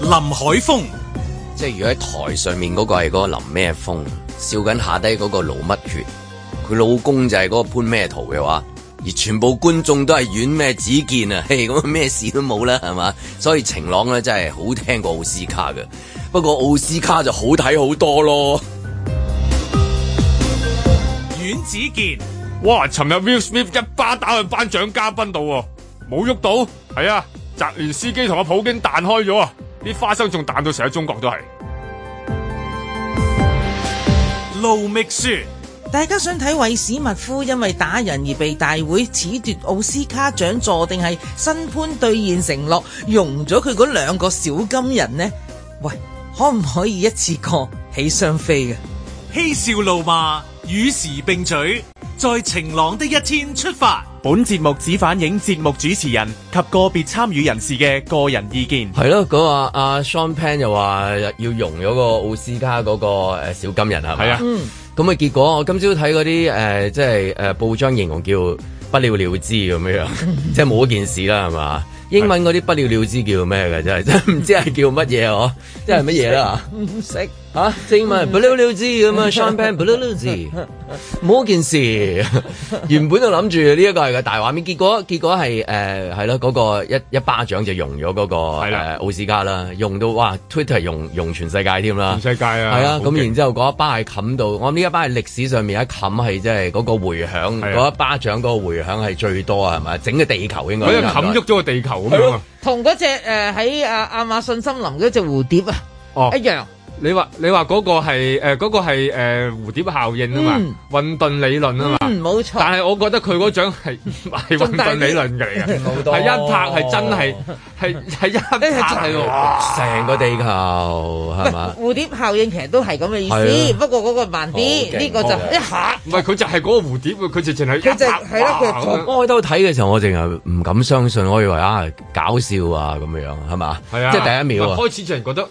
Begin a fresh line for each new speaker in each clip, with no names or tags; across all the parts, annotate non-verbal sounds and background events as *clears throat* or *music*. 林海峰、
即係如果喺台上面嗰個係嗰個林咩峰，笑緊下低嗰個盧乜血，佢老公就係嗰個潘咩圖嘅話，而全部觀眾都係阮咩子健啊， *laughs* 嘿咁咩事都冇啦，係嘛？ *laughs* 所以晴朗咧真係好聽過奧斯卡嘅，不過奧斯卡就好睇好多咯。
阮子健、
哇！尋日 Will Smith 一巴打去頒獎嘉賓度喎，冇喐到。係啊，澤連司機同阿普京彈開咗啊！啲花生仲彈到成個中國都係。
盧覓雪、
大家想睇韋史密夫因為打人而被大會褫奪奧斯卡獎座，定係新潘兌現承諾容咗佢嗰兩個小金人呢？喂，可唔可以一次過起雙飛嘅？
嬉笑怒罵，與時並舉，在晴朗的一天出發。
本節目只反映節目主持人及個別參與人士嘅個人意見。
係咯，嗰個阿 Sean Penn 又話要容咗個奧斯卡嗰個誒小金人係咪？
係啊，
咁啊，結果我今朝睇嗰啲誒，即係誒報章形容叫不了了之咁樣，即係冇一件事啦，係嘛？英文嗰啲不了了之叫咩嘅？真係真係唔知係叫乜嘢 *laughs* 哦，即係乜嘢啦？
唔識
嚇，即係英
嗯
文不了了之
*laughs*
咁啊 champagne 不了了之，冇一件事。原本就諗住呢一個係個大畫面，結果結果係誒係咯，嗰個一一巴掌就用咗嗰個
係
誒
啦
奧斯卡啦，用到哇 Twitter 用用全世界添啦
全。世界啊，
係啊，
好
咁
勁
然之後嗰一巴係冚到，我諗呢一巴係歷史上面一冚係即係嗰個回響，
係啊
嗰一巴掌嗰個回響係最多啊，係咪？整個地球應該
佢就冚喐咗個地球咁樣啊！
同嗰隻誒喺啊亞馬遜森林嗰隻蝴蝶啊
哦
一，樣，
你話你話嗰個係誒嗰個係誒蝴蝶效應啊嘛
嗯，
混沌理論啊嘛。
嗯冇錯。
但係我覺得佢嗰獎係 *laughs* 係混沌理論嘅嚟嘅，係一拍係真係
哦
係係一拍係哇！
成個地球係嘛？
蝴蝶效應其實都係咁嘅意
係
思，
啊
不過嗰個慢
好
啲，
勁
呢個就
好勁
一下
唔係佢就係嗰個蝴蝶，佢直情係一
佢就
拍
係咯佢
哇
就
咁樣
我開頭睇嘅時候，我淨係唔敢相信，我以為啊搞笑啊咁樣係嘛？
係啊，
即係第一秒啊！
開始就人覺得，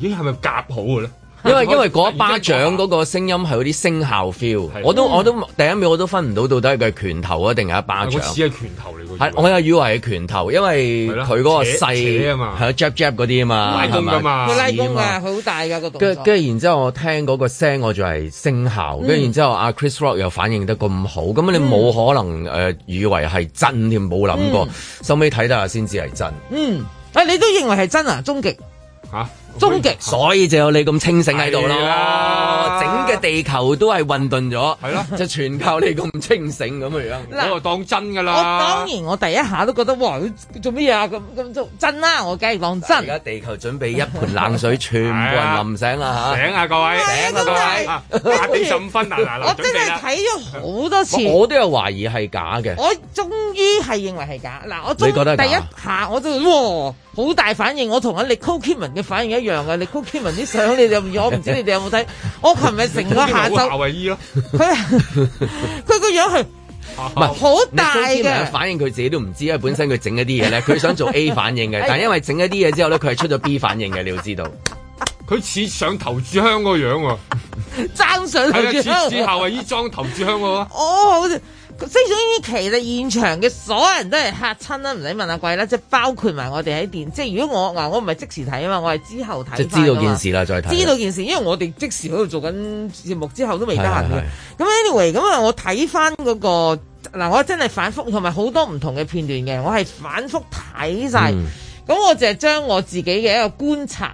咦係咪夾好嘅咧？
因為因為嗰一巴掌嗰個聲音係有啲聲效 feel，
係啊
我都我都第一秒我都分唔到到底係佢係拳頭啊定係一巴
我
掌。
似係拳頭嚟嘅
係
喎，，
我又以為係拳頭，因為
係啦
佢嗰個
扯
細
扯啊嘛
係 jab jab 嗰啲啊嘛，
拉弓㗎嘛
佢
係
拉
咪
弓啊，佢好大㗎個動
跟
作。
跟住然之後，我聽嗰個聲，我就係聲效。
嗯
跟住然之後，阿 Chris Rock 又反應得咁好，咁你冇可能誒以為係真添，冇諗
嗯
過。收尾睇睇下先至係真，
嗯，啊你都認為係真啊？終極，
嚇
終極。
所以就有你咁清醒喺度
係
咯。
啦
整個地球都係混沌咗，
係啦
就全靠你咁清醒咁嘅樣。
我就當真㗎
我
啦
當。然我第一下都覺得哇，佢做咩啊？咁咁做真啦，我梗係當
而
真。
家地球準備一盤冷水，全部人淋醒啦嚇。
醒啊各位，
醒啊
各位，
真係
啊八點十五分嗱嗱
我
嗱，
真
準備
係
啦。
睇咗好多次，
我都有懷疑係假嘅。
我終於係認為係假。嗱，我
你覺得係
終
假
第一下我就哇好大反應，我同阿 Nicole Kidman 嘅反應一樣嘅。Nicole 啊 Kidman 啲相你哋有冇我唔知你哋有冇睇？我琴日成個下
呢個好夏
晝，
威夷咯，
佢佢個樣係
啊
唔係
好大
*laughs* 你知唔知
嘅。
反應佢自己都唔知，因為本身佢整一啲嘢
*laughs*
咧，佢想做 A 反應
哎
嘅，但係因為整一啲嘢之後咧，佢係出咗 B 反應嘅，你要知道。
佢似上頭炷香個樣
*laughs*
喎，
爭上
係啊，
去
似似夏威夷裝頭炷香啊喎。
哦，好似即係總之，其實現場嘅所有人都係嚇親啦，唔使問阿貴啦，即係包括埋我哋喺電，即係如果我嗱，我唔係即時睇啊嘛，我係之後睇
就
返
知道
㗎
件
嘛。
事啦，再睇。
知道件事，因為我哋即時喺度做緊節目之後都未得閒
係係
嘅。咁 anyway，咁啊，我睇翻嗰個嗱，我真係反覆同埋好多唔同嘅片段嘅，我係反覆睇晒。咁、
嗯
我就係將我自己嘅一個觀察。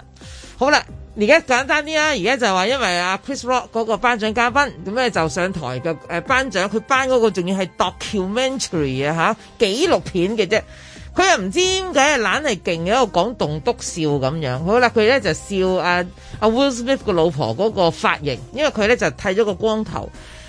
好啦，而家簡單啲啦，而家就話因為阿 Chris Rock 嗰個頒獎嘉賓，咁咧就上台嘅誒頒獎，佢頒嗰個仲要係 documentary 啊嚇，紀錄片嘅啫。佢又唔知點解懶係勁嘅，喺度講棟篤笑咁樣。好啦，佢咧就笑阿阿 Will Smith 個老婆嗰個髮型，因為佢咧就剃咗個光頭。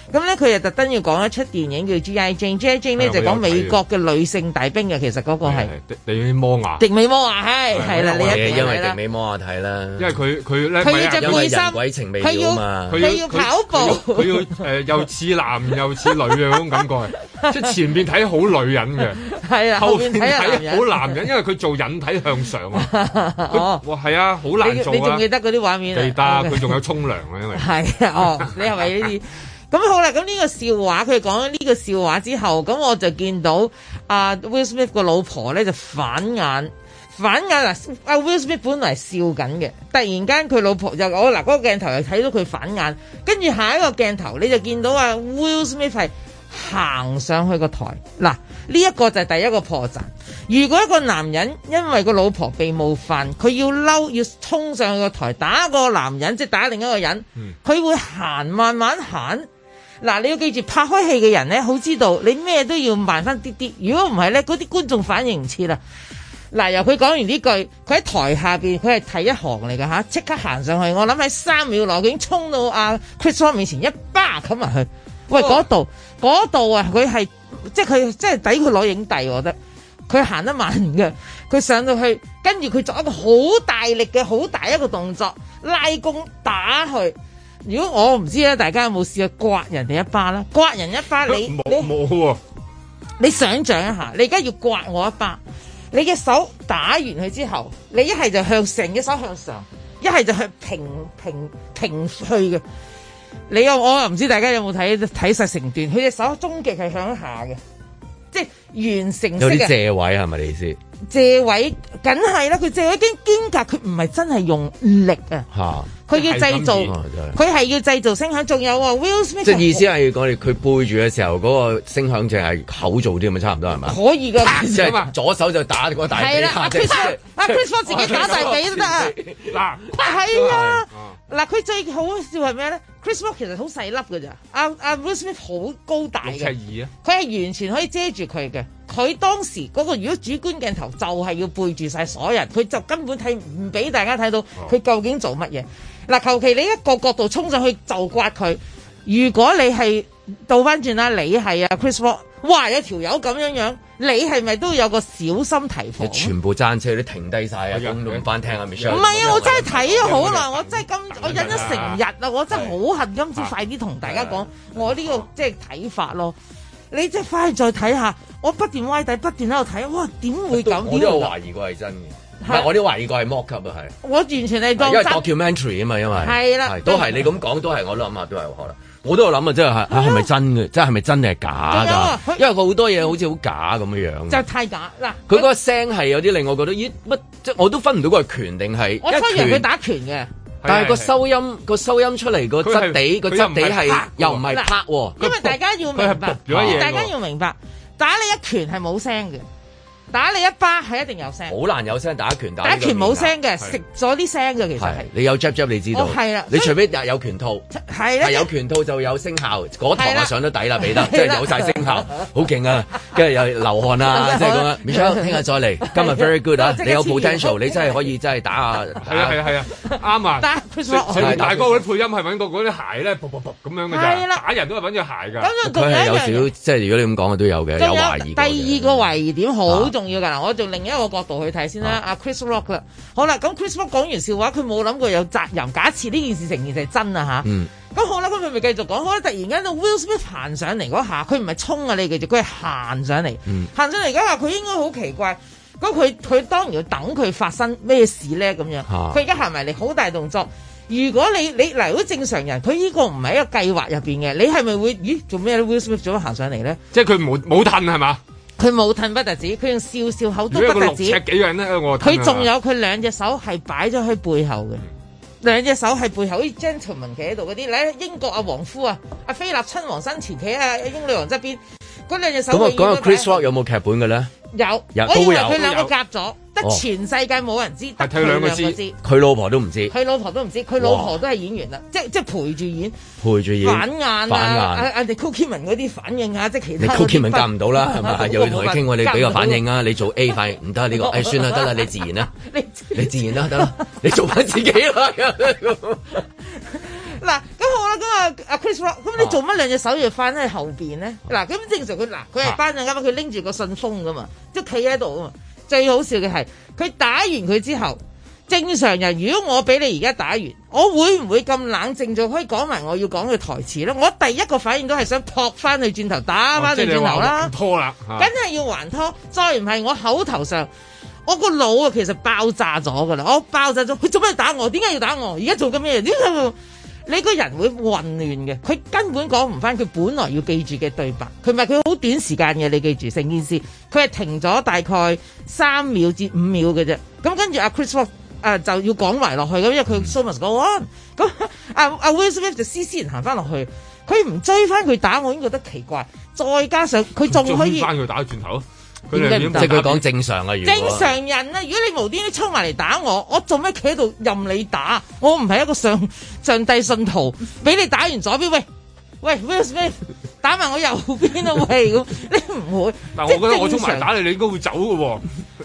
咁咧佢又特登要講一出電影叫《G.I. Jane》，G.I. Jane 咧
係
就
我
講
有睇
美
嘅
國嘅女性大兵嘅，其實嗰個係
地地摩牙，
迪美摩啊，係係啦，你一
嘢，
定
因為
係
迪
啦。
美摩我睇啦，
因為佢佢咧，
佢
咪
要
啊
着
因為
背心
人鬼情未了嘛
佢。
佢要跑步
佢要佢要誒又似男
*laughs*
又似女嘅嗰種感覺係，即係前邊睇好女人嘅，
係啦，
後
後面
邊
睇下男人
睇。好男人，因為佢做引體向上
*laughs*
啊，
哦
佢哇係啊，好難
你
做
你仲
啊，
記
記
得嗰啲畫面啊？
得佢仲有沖涼啊，因為
係啊，哦，你係咪呢啲？咁好啦，咁呢個笑話，佢講咗呢個笑話之後，咁我就見到阿、Will Smith 個老婆咧就反眼，反眼嗱，阿 Will Smith 本嚟笑緊嘅，突然間佢老婆就我嗱嗰、個鏡頭又睇到佢反眼，跟住下一個鏡頭你就見到啊 Will Smith 係行上去個台，嗱呢一個就係第一個破綻。如果一個男人因為個老婆被冒犯，佢要嬲要衝上去個台打個男人，即係打另一個人，佢、會行慢慢行。嗱，你要記住拍開戲嘅人咧，好知道你咩都要慢翻啲啲。如果唔係咧，嗰啲觀眾反應唔切啦。嗱，由佢講完呢句，佢喺台下邊，佢係睇一行嚟㗎吓，即刻行上去。我諗喺三秒內，佢已經衝到阿、Chris Rock 面前一巴冚埋去。喂，嗰度嗰度啊，佢係即係佢即係抵佢攞影帝，我覺得。佢行得慢嘅，佢上到去，跟住佢作一個好大力嘅好大一個動作，拉弓打去。如果我唔知咧，大家有冇試過刮人哋一巴啦？刮人一巴，你
冇
你
冇喎，
你想象一下，你而家要刮我一巴，你嘅手打完佢之後，你一係就向成隻手向上，一係就向平平平去嘅。你又我又唔知大家有冇睇睇晒成段，佢隻手終極係向下嘅，即係完成
有
式
啲
嘅
借位係咪你意思？
借位，梗係啦，佢借位已經肩胛，佢唔係真係用力啊，
嚇！
佢要製造，
係咁
易啊真係
佢係要製造聲響，仲有啊 Will
*laughs*
Smith
即係意思係講你佢背住嘅時候，嗰個聲響淨係口做啲咁啊，差唔多係嘛？
可以㗎，
*laughs* 即係左手就打嗰個大
啊係
髀
啦，阿
啊，即係
Chris Rock- 阿 Chris Rock 自己打大髀都得啊！
*laughs*
嗱，
係啊，嗱佢最好笑係咩咧？Chris Rock 其實好細粒㗎咋，阿阿 Will Smith 好高大
六尺
嘅，
二啊，
佢係完全可以遮住佢嘅。佢當時嗰、個如果主觀鏡頭就係要背住晒所有人，佢就根本睇唔俾大家睇到佢究竟做乜嘢。嗱，求其你一個角度衝上去就刮佢。如果你係倒翻轉啦，你係啊 Chris Rock，哇有條友咁樣樣，你係咪都有個小心提防啊？
全部爭車都停低晒啊，
係啊
公路翻聽啊
唔
Michelle。
係哎啊！我真係睇咗好
有
耐，
冇人
我真係咁，我忍咗成日啊！我真係好恨今次快啲同大家講我呢個即係睇法咯。你即係翻去再睇下，我不斷歪底，不斷喺度睇，哇！點會
都
咁？啊
我都
點會
有
咁
懷疑過係真嘅，唔
係
係我都懷疑過係 mock up 啊，係。
我完全係當
因為
真。
documentary 啊嘛，因為
係啦
都係你咁講都係我都諗下都係可能，我都有諗啊，即係啊係咪真嘅？即係係咪真定係假
仲有啊
㗎？
佢
因為佢好多嘢好似好假咁樣樣。
就太假嗱，
佢嗰個聲係有啲令我覺得，咦乜即係我都分唔到佢係拳定係，
我
因為
初以為佢
拳
打拳嘅，
啊
但係個收音個收音出嚟個
佢係
質地個
佢
質地
又唔係
係
啪喎
又唔係啪喎，
因為大家要
佢係
明白，
仆咗嘢喎
大家要明白，打你一拳係冇聲嘅，打你一巴係一定有聲，
好難有聲打拳打呢
打
個面啊。
拳冇聲嘅，
係
食咗啲聲嘅其實
係
係
你有 jab jab 你知道
哦，係啦
你
所以
除非有拳套。
係
係有
咧，
拳套就有聲效，嗰堂
係
啊
啦
上得底啦，彼 *laughs* 得，即
係啦
係有晒聲效，好勁啊！跟住又流汗啊， *laughs* 即係咁樣。Michelle，聽日再 *laughs* 嚟，今日 very good 啊
我！即刻
你有
黐完
potential，
我
你真係可以真係打下。
係啊係啊係啊，啱啊。
*laughs* 打 Chris Rock
所以
係
大哥嗰啲配音係揾個嗰啲鞋咧，噗噗噗咁樣嘅
係
咋，
啦
打人都係揾隻鞋㗎。
咁就仲
佢
有一
係有
樣
少，
嘢
即係如果你咁講，我都有嘅，有
仲
懷疑
第
過嘅。
二個懷疑點好
啊
重要㗎嗱，我從另一個角度去睇先啦
啊。
阿 Chris Rock 啦，好啦，咁 Chris Rock 講完笑話，佢冇諗過有責任。假設呢件事成件事係真啊吓，
嗯
咁好啦，咁佢咪繼續講。好啦，突然間到 Will Smith 行上嚟嗰下，佢唔係衝啊，你記住，佢係行上嚟，
嗯
行上嚟嗰下，佢應該好奇怪。咁佢佢當然要等佢發生咩事咧咁樣。
啊
佢而家行埋嚟好大動作。如果你你嗱，如果正常人，佢呢個唔係一個計劃入邊嘅，你係咪會咦做咩咧？Will Smith 做乜行上嚟咧？
即係佢冇冇褪係嘛？
佢冇褪不特止，佢用笑笑口
如
都
果有個
不特
六
止
尺，幾嘅人咧，我褪啊
佢仲有佢兩隻手係擺咗喺背後嘅，兩隻手係背後，好似 gentleman 企喺度嗰啲咧，英國啊皇夫啊，阿菲立親王生前企喺英女王側邊，嗰兩隻手
咁啊，
永遠
講
都
下 Chris
擺
Rock 有冇劇本嘅咧？
有，
有
我以
都
為
有
佢兩個
都有
夾咗，得
哦
全世界冇人知，得
係佢兩個知
兩個知，
佢老婆都唔知，
佢老婆都唔知，佢老婆都係演員啦，即即陪住演
陪住演。
反眼啊，
反眼
啊啊 Nicole Kidman 嗰啲反應啊，即係其
你
他
c o o k i
嗰啲
夾唔到
*laughs*
啦，係咪啊？又要同佢傾喎，你俾個反應啊！你做 A 反應唔得，呢個誒算啦，得啦，你自然
*laughs*
啦，
你
你自然啦，得啦，你做翻自己啦。
嗱，咁好啦，咁啊，阿 Chris Rock，咁你做乜兩隻手要翻喺後邊咧？嗱，咁正常佢嗱，佢
啊
係班長噶嘛，佢拎住個信封噶嘛，即係企喺度噶嘛。最好笑嘅係，佢打完佢之後，正常人如果我俾你而家打完，我會唔會咁冷靜就可以講埋我要講嘅台詞咧？我第一個反應都係想撲翻去轉頭，打翻
哦
去
即係你
轉
話
頭啦
還。拖啦，
啊
啊嚇
梗啊係要還拖，再唔係我口頭上，我個腦啊其實爆炸咗噶啦，我爆炸咗，佢做咩打我？點解要打我？而家做緊咩？點解要？ *laughs* 你個人會混亂嘅，佢根本講唔翻佢本來要記住嘅對白，佢咪佢好短時間嘅，你記住成件事，佢係停咗大概三秒至五秒嘅啫。咁跟住阿 Chris Rock 啊就要講埋落去，咁因為佢 so must go on，咁啊阿 Will Smith 就斯斯然行翻落去，佢唔追翻佢打，我已經覺得奇怪。再加上佢仲可以
翻佢打轉頭，
點
佢
解
哋
唔
點
得
即係佢講正常啊嘅，如果
正常人啊，如果你無端端衝埋嚟打我，我做咩企喺度任你打？我唔係一個上 *laughs* 上帝信徒，俾你打完左邊，喂喂 Will Smith 打埋我右邊啊喂咁，你唔會。
但我覺得我
即係正
衝埋
常
打你，你應該會走嘅喎。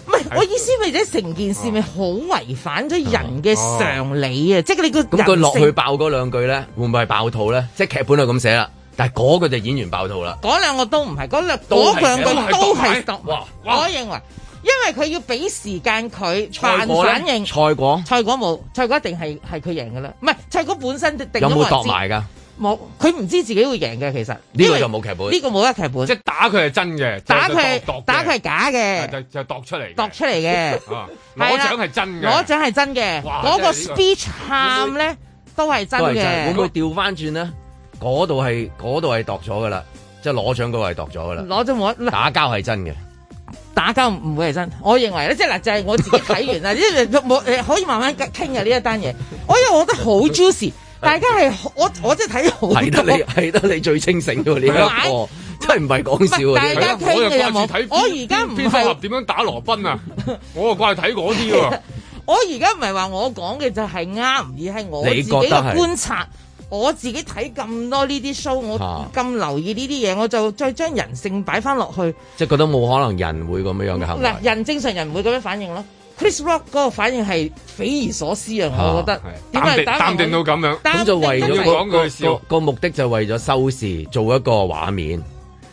唔係我意思咪即係成件事咪好違反咗人嘅常理啊！即係你個
咁佢
人
落
性
去爆嗰兩句咧，會唔會係爆肚咧？即係劇本就咁寫啦，但係嗰個就演員爆肚啦。
嗰兩個都唔係，嗰兩
都係
嗰兩個都係
都係
毒。
哇
哇
我認為，因為佢要俾時間佢
賽
犯
果
反
咧，。
應
賽果
賽果冇，賽果一定係係佢贏噶啦，唔係賽果本身定咗
有冇度
為之
埋㗎？
冇，佢唔知自己會贏嘅，其實
呢個
因為
就冇劇本
呢個冇得劇本，
即係打佢係真嘅，
打佢
就度嘅
打佢係假嘅，
啊
就就度出嚟嘅，
度出嚟嘅，
啊
係
攞
啦
獎係真嘅，
攞獎係真嘅，
哇
攞
真係
個
呢個
speech 喊咧都係真
都係真，會唔
嘅，
會調翻轉咧？嗰度係嗰度係度咗㗎啦，即係攞獎嗰個係度咗㗎啦，
攞咗冇得
打交係真嘅。
打交唔會係真，我認為咧，即係嗱就係我自己睇完啦，因為冇誒可以慢慢傾嘅呢一單嘢，我因為我覺得好 juicy，大家係我我真係睇好
*laughs* 係得
*laughs*
你
多。
係得你最清醒喎呢一個
係，
真係唔係講
唔係
笑啊！
大
係
呢
啦。
個
家傾嘅
我又
有
掛
冇
住睇邊
我而家唔
邊邊
係
合點樣打羅賓啊？我就掛住睇嗰啲
*laughs*
喎。
我而家唔係話我講嘅就係啱，而係我
你
自己
覺得係
嘅觀察。我自己睇咁多呢啲 show，
啊
我咁留意呢啲嘢，我就再將人性擺翻落去。
即係覺得冇可能人會咁樣樣嘅行為
嗱，。人正常人唔會咁樣反應咯。Chris Rock 嗰個反應係匪夷所思啊！我覺得
係
點
淡
解
定
打
淡定到
我
咁樣，
淡
咁就為
定
咗
得
個
嚟
講句笑
個個目的就為咗收視，做一個畫面。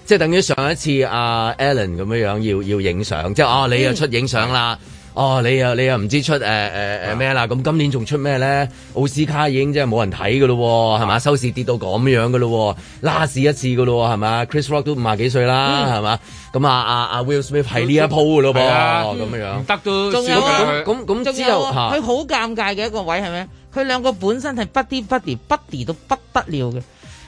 即係等於上一次阿 Alan 咁樣樣要要影相，即係哦
嗯
你又出影相啦，哦你又你又唔知出誒
啊
誒誒咩啦，咁今年仲出咩咧？奧斯卡已經即係冇人睇嘅咯喎，係嘛？
啊
收視跌到咁樣嘅咯喎，拉屎一次嘅咯喎，係嘛？Chris Rock 都五廿幾歲啦，係嘛？咁啊啊啊 Will Smith 係呢一鋪嘅咯噃，
嗯係啊嗯
咁樣樣
唔。得都
嗯仲有
笑
啊
佢
咁咁咁
仲
之
有
後
啊佢
嚇，
好尷尬嘅一個位係咩？佢兩個本身係 buddy buddy buddy 到不得了嘅。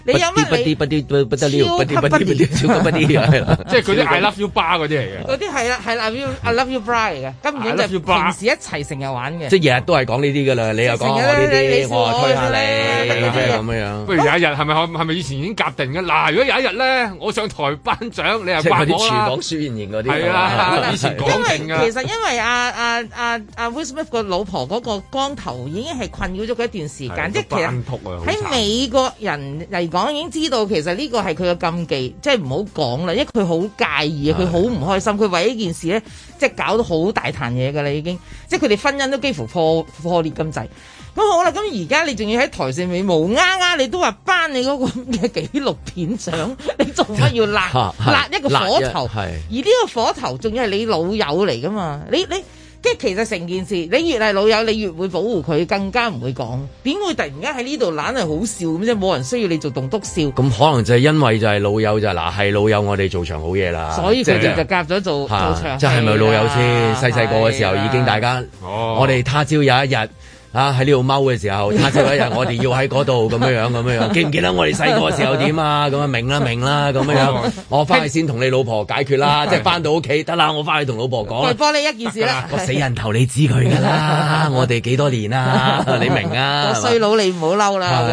你有乜理
不啲不啲不啲不得了，不啲不
超級
啲不啲超級不
*laughs*
啲係啦。
即係嗰啲 I love you bar 嗰啲嚟嘅。
嗰啲係啦，係啦，I love you- I love you bra 嚟嘅，根本
I love
就
you bra
平時一齊成日玩嘅。
即係日日都係講呢啲噶啦，你又講我呢
成日咧
啲，
你
我又推下
你
你，
你
係咁樣樣。
不如有一日係咪係咪以前已經夾定嘅？嗱，如果有一日咧，我上台頒獎，你又
即係嗰
掛
啲廚
我啦
房。書言言嗰啲，
係啦，以前
因為
講定㗎。
其實因為阿阿阿阿 Will Smith 個老婆嗰個光頭已經係困擾咗佢一段時間，即係啊其實喺美國人嚟講已經知道其實呢個係佢嘅禁忌，即係唔好講啦，因為佢好介意啊，佢好唔開心，佢為呢件事咧即係搞到好大壇嘢㗎啦已經，即係佢哋婚姻都幾乎破破裂咁滯。咁好啦，咁而家你仲要喺台上面無啱啱，你都話頒你嗰個嘅紀錄片獎，你做乜要 *laughs* 辣辣一個火頭？
係
而呢個火頭仲要係你老友嚟噶嘛？你你即係其實成件事，你越係老友，你越會保護佢，更加唔會講。點會突然間喺呢度懶係好笑咁啫？冇人需要你做棟篤笑，
咁可能就係因為就係老友就係嗱係老友，我哋做場好嘢啦。
所以佢哋就
啊係
夾咗做做啊
嚇
長。
即係咪老友先？細細個嘅時候已經大家，
哦
我哋他朝有一日啊喺呢度踎嘅時候，他朝有一日我哋要喺嗰度咁樣樣咁樣 *laughs* 樣，記唔記得我哋細個嘅時候點啊？咁啊明啦明啦咁樣樣
哦，
我翻去先同你老婆解決啦，即係翻到屋企得啦，我翻去同老婆講 *laughs* 啦
對。玻璃一件事啦，
個死人頭你知佢噶啦， *laughs* 我哋幾多年 *laughs* 啦，你明啊？
個衰佬啊你唔好嬲啦。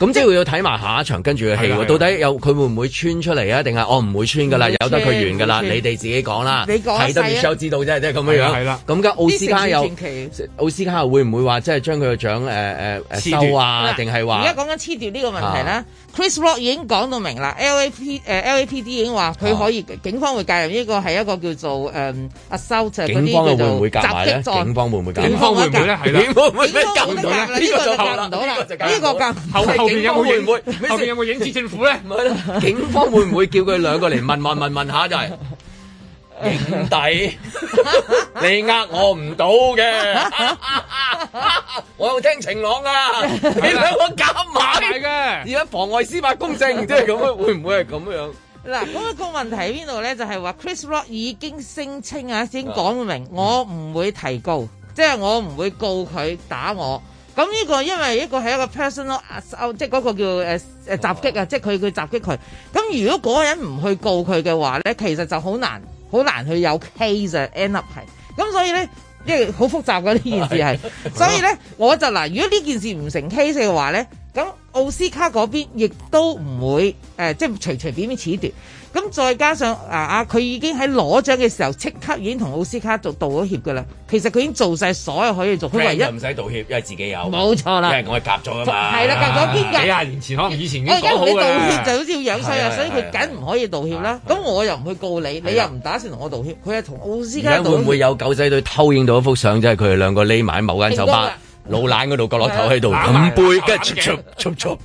係咁即係要睇埋下一場跟住嘅戲
係啦
喎，到底有佢會唔會穿出嚟啊？定係我唔會穿噶啦，
唔會
由得佢完噶啦，
穿唔會
你
穿
哋自己講啦，
你講
睇得
細啊
Michelle 知道啫，即係咁樣
係啦
樣。
係啦
咁而家奧斯卡有
啲城市傳奇
奧斯卡又會唔會話即係將佢嘅獎誒誒誒收啊？
嗱
定係
而
話
家講緊黐掉呢個問題啦。Chris Rock 已經講到明啦，LAP 誒、LAPD 已經話佢可以、警方會介入，呢個係一個叫做誒、assault 嗯啊嗰
警
啲
方
叫
會唔
做
會夾埋咧？
襲擊
警
罪。
方會唔會夾
警
埋？
方會唔會咧？
*laughs*
係啦
警。方會唔會
警方會
夾埋？
夾啦呢個就
好
夾唔到啦
呢個就夾唔
呢個
到啦
夾唔
後後邊有冇
警方會唔
影
會？
後邊有冇影子政府咧？
咪咯，警方會唔會叫佢兩個嚟問問問問下
*laughs*
就係、影帝，你呃我唔到
*laughs*
嘅，我有聽晴朗
*laughs*
啊，你兩個夾
係
埋，而
嘅。
家妨礙司法公正，即係咁樣，會唔會係咁樣？
嗱，咁個問題喺邊度咧？就係話 Chris Rock 已經聲稱啊，已經講明我唔會提告，即係我唔會告佢打我。咁呢個因為一個係一個 personal assault，即係嗰個叫誒誒襲擊啊，即係佢佢襲擊佢。咁如果嗰個人唔去告佢嘅話咧，其實就好難好難去有 case 啊，end up 係。咁所以咧，因為好複雜嘅呢件事係，所以咧我就嗱，如果呢件事唔成 case 嘅話咧，咁奧斯卡嗰邊亦都唔會誒、呃即係隨隨便便褫奪。咁再加上啊啊，佢已經喺攞獎嘅時候即刻已經同奧斯卡做道咗歉㗎啦。其實佢已經做晒所有可以做，佢唯一
唔使道歉，因為自己有，
冇錯啦
因。為我係夾咗啊嘛，
係啦夾咗邊
幾
㗎
廿年前可能以前已
我
經
而家
講好
同你道
嘅
歉就好似要樣衰啊，
係
所以佢
係
梗唔可以道歉啦。咁我又唔去告你，你又唔打算同我道歉，佢係同奧斯
而
卡
家
道
會唔會
歉。
有狗仔隊偷影到一幅相，即係佢哋兩個匿埋喺某間酒
啊
吧老懶嗰度角落頭喺度飲杯，跟住出出出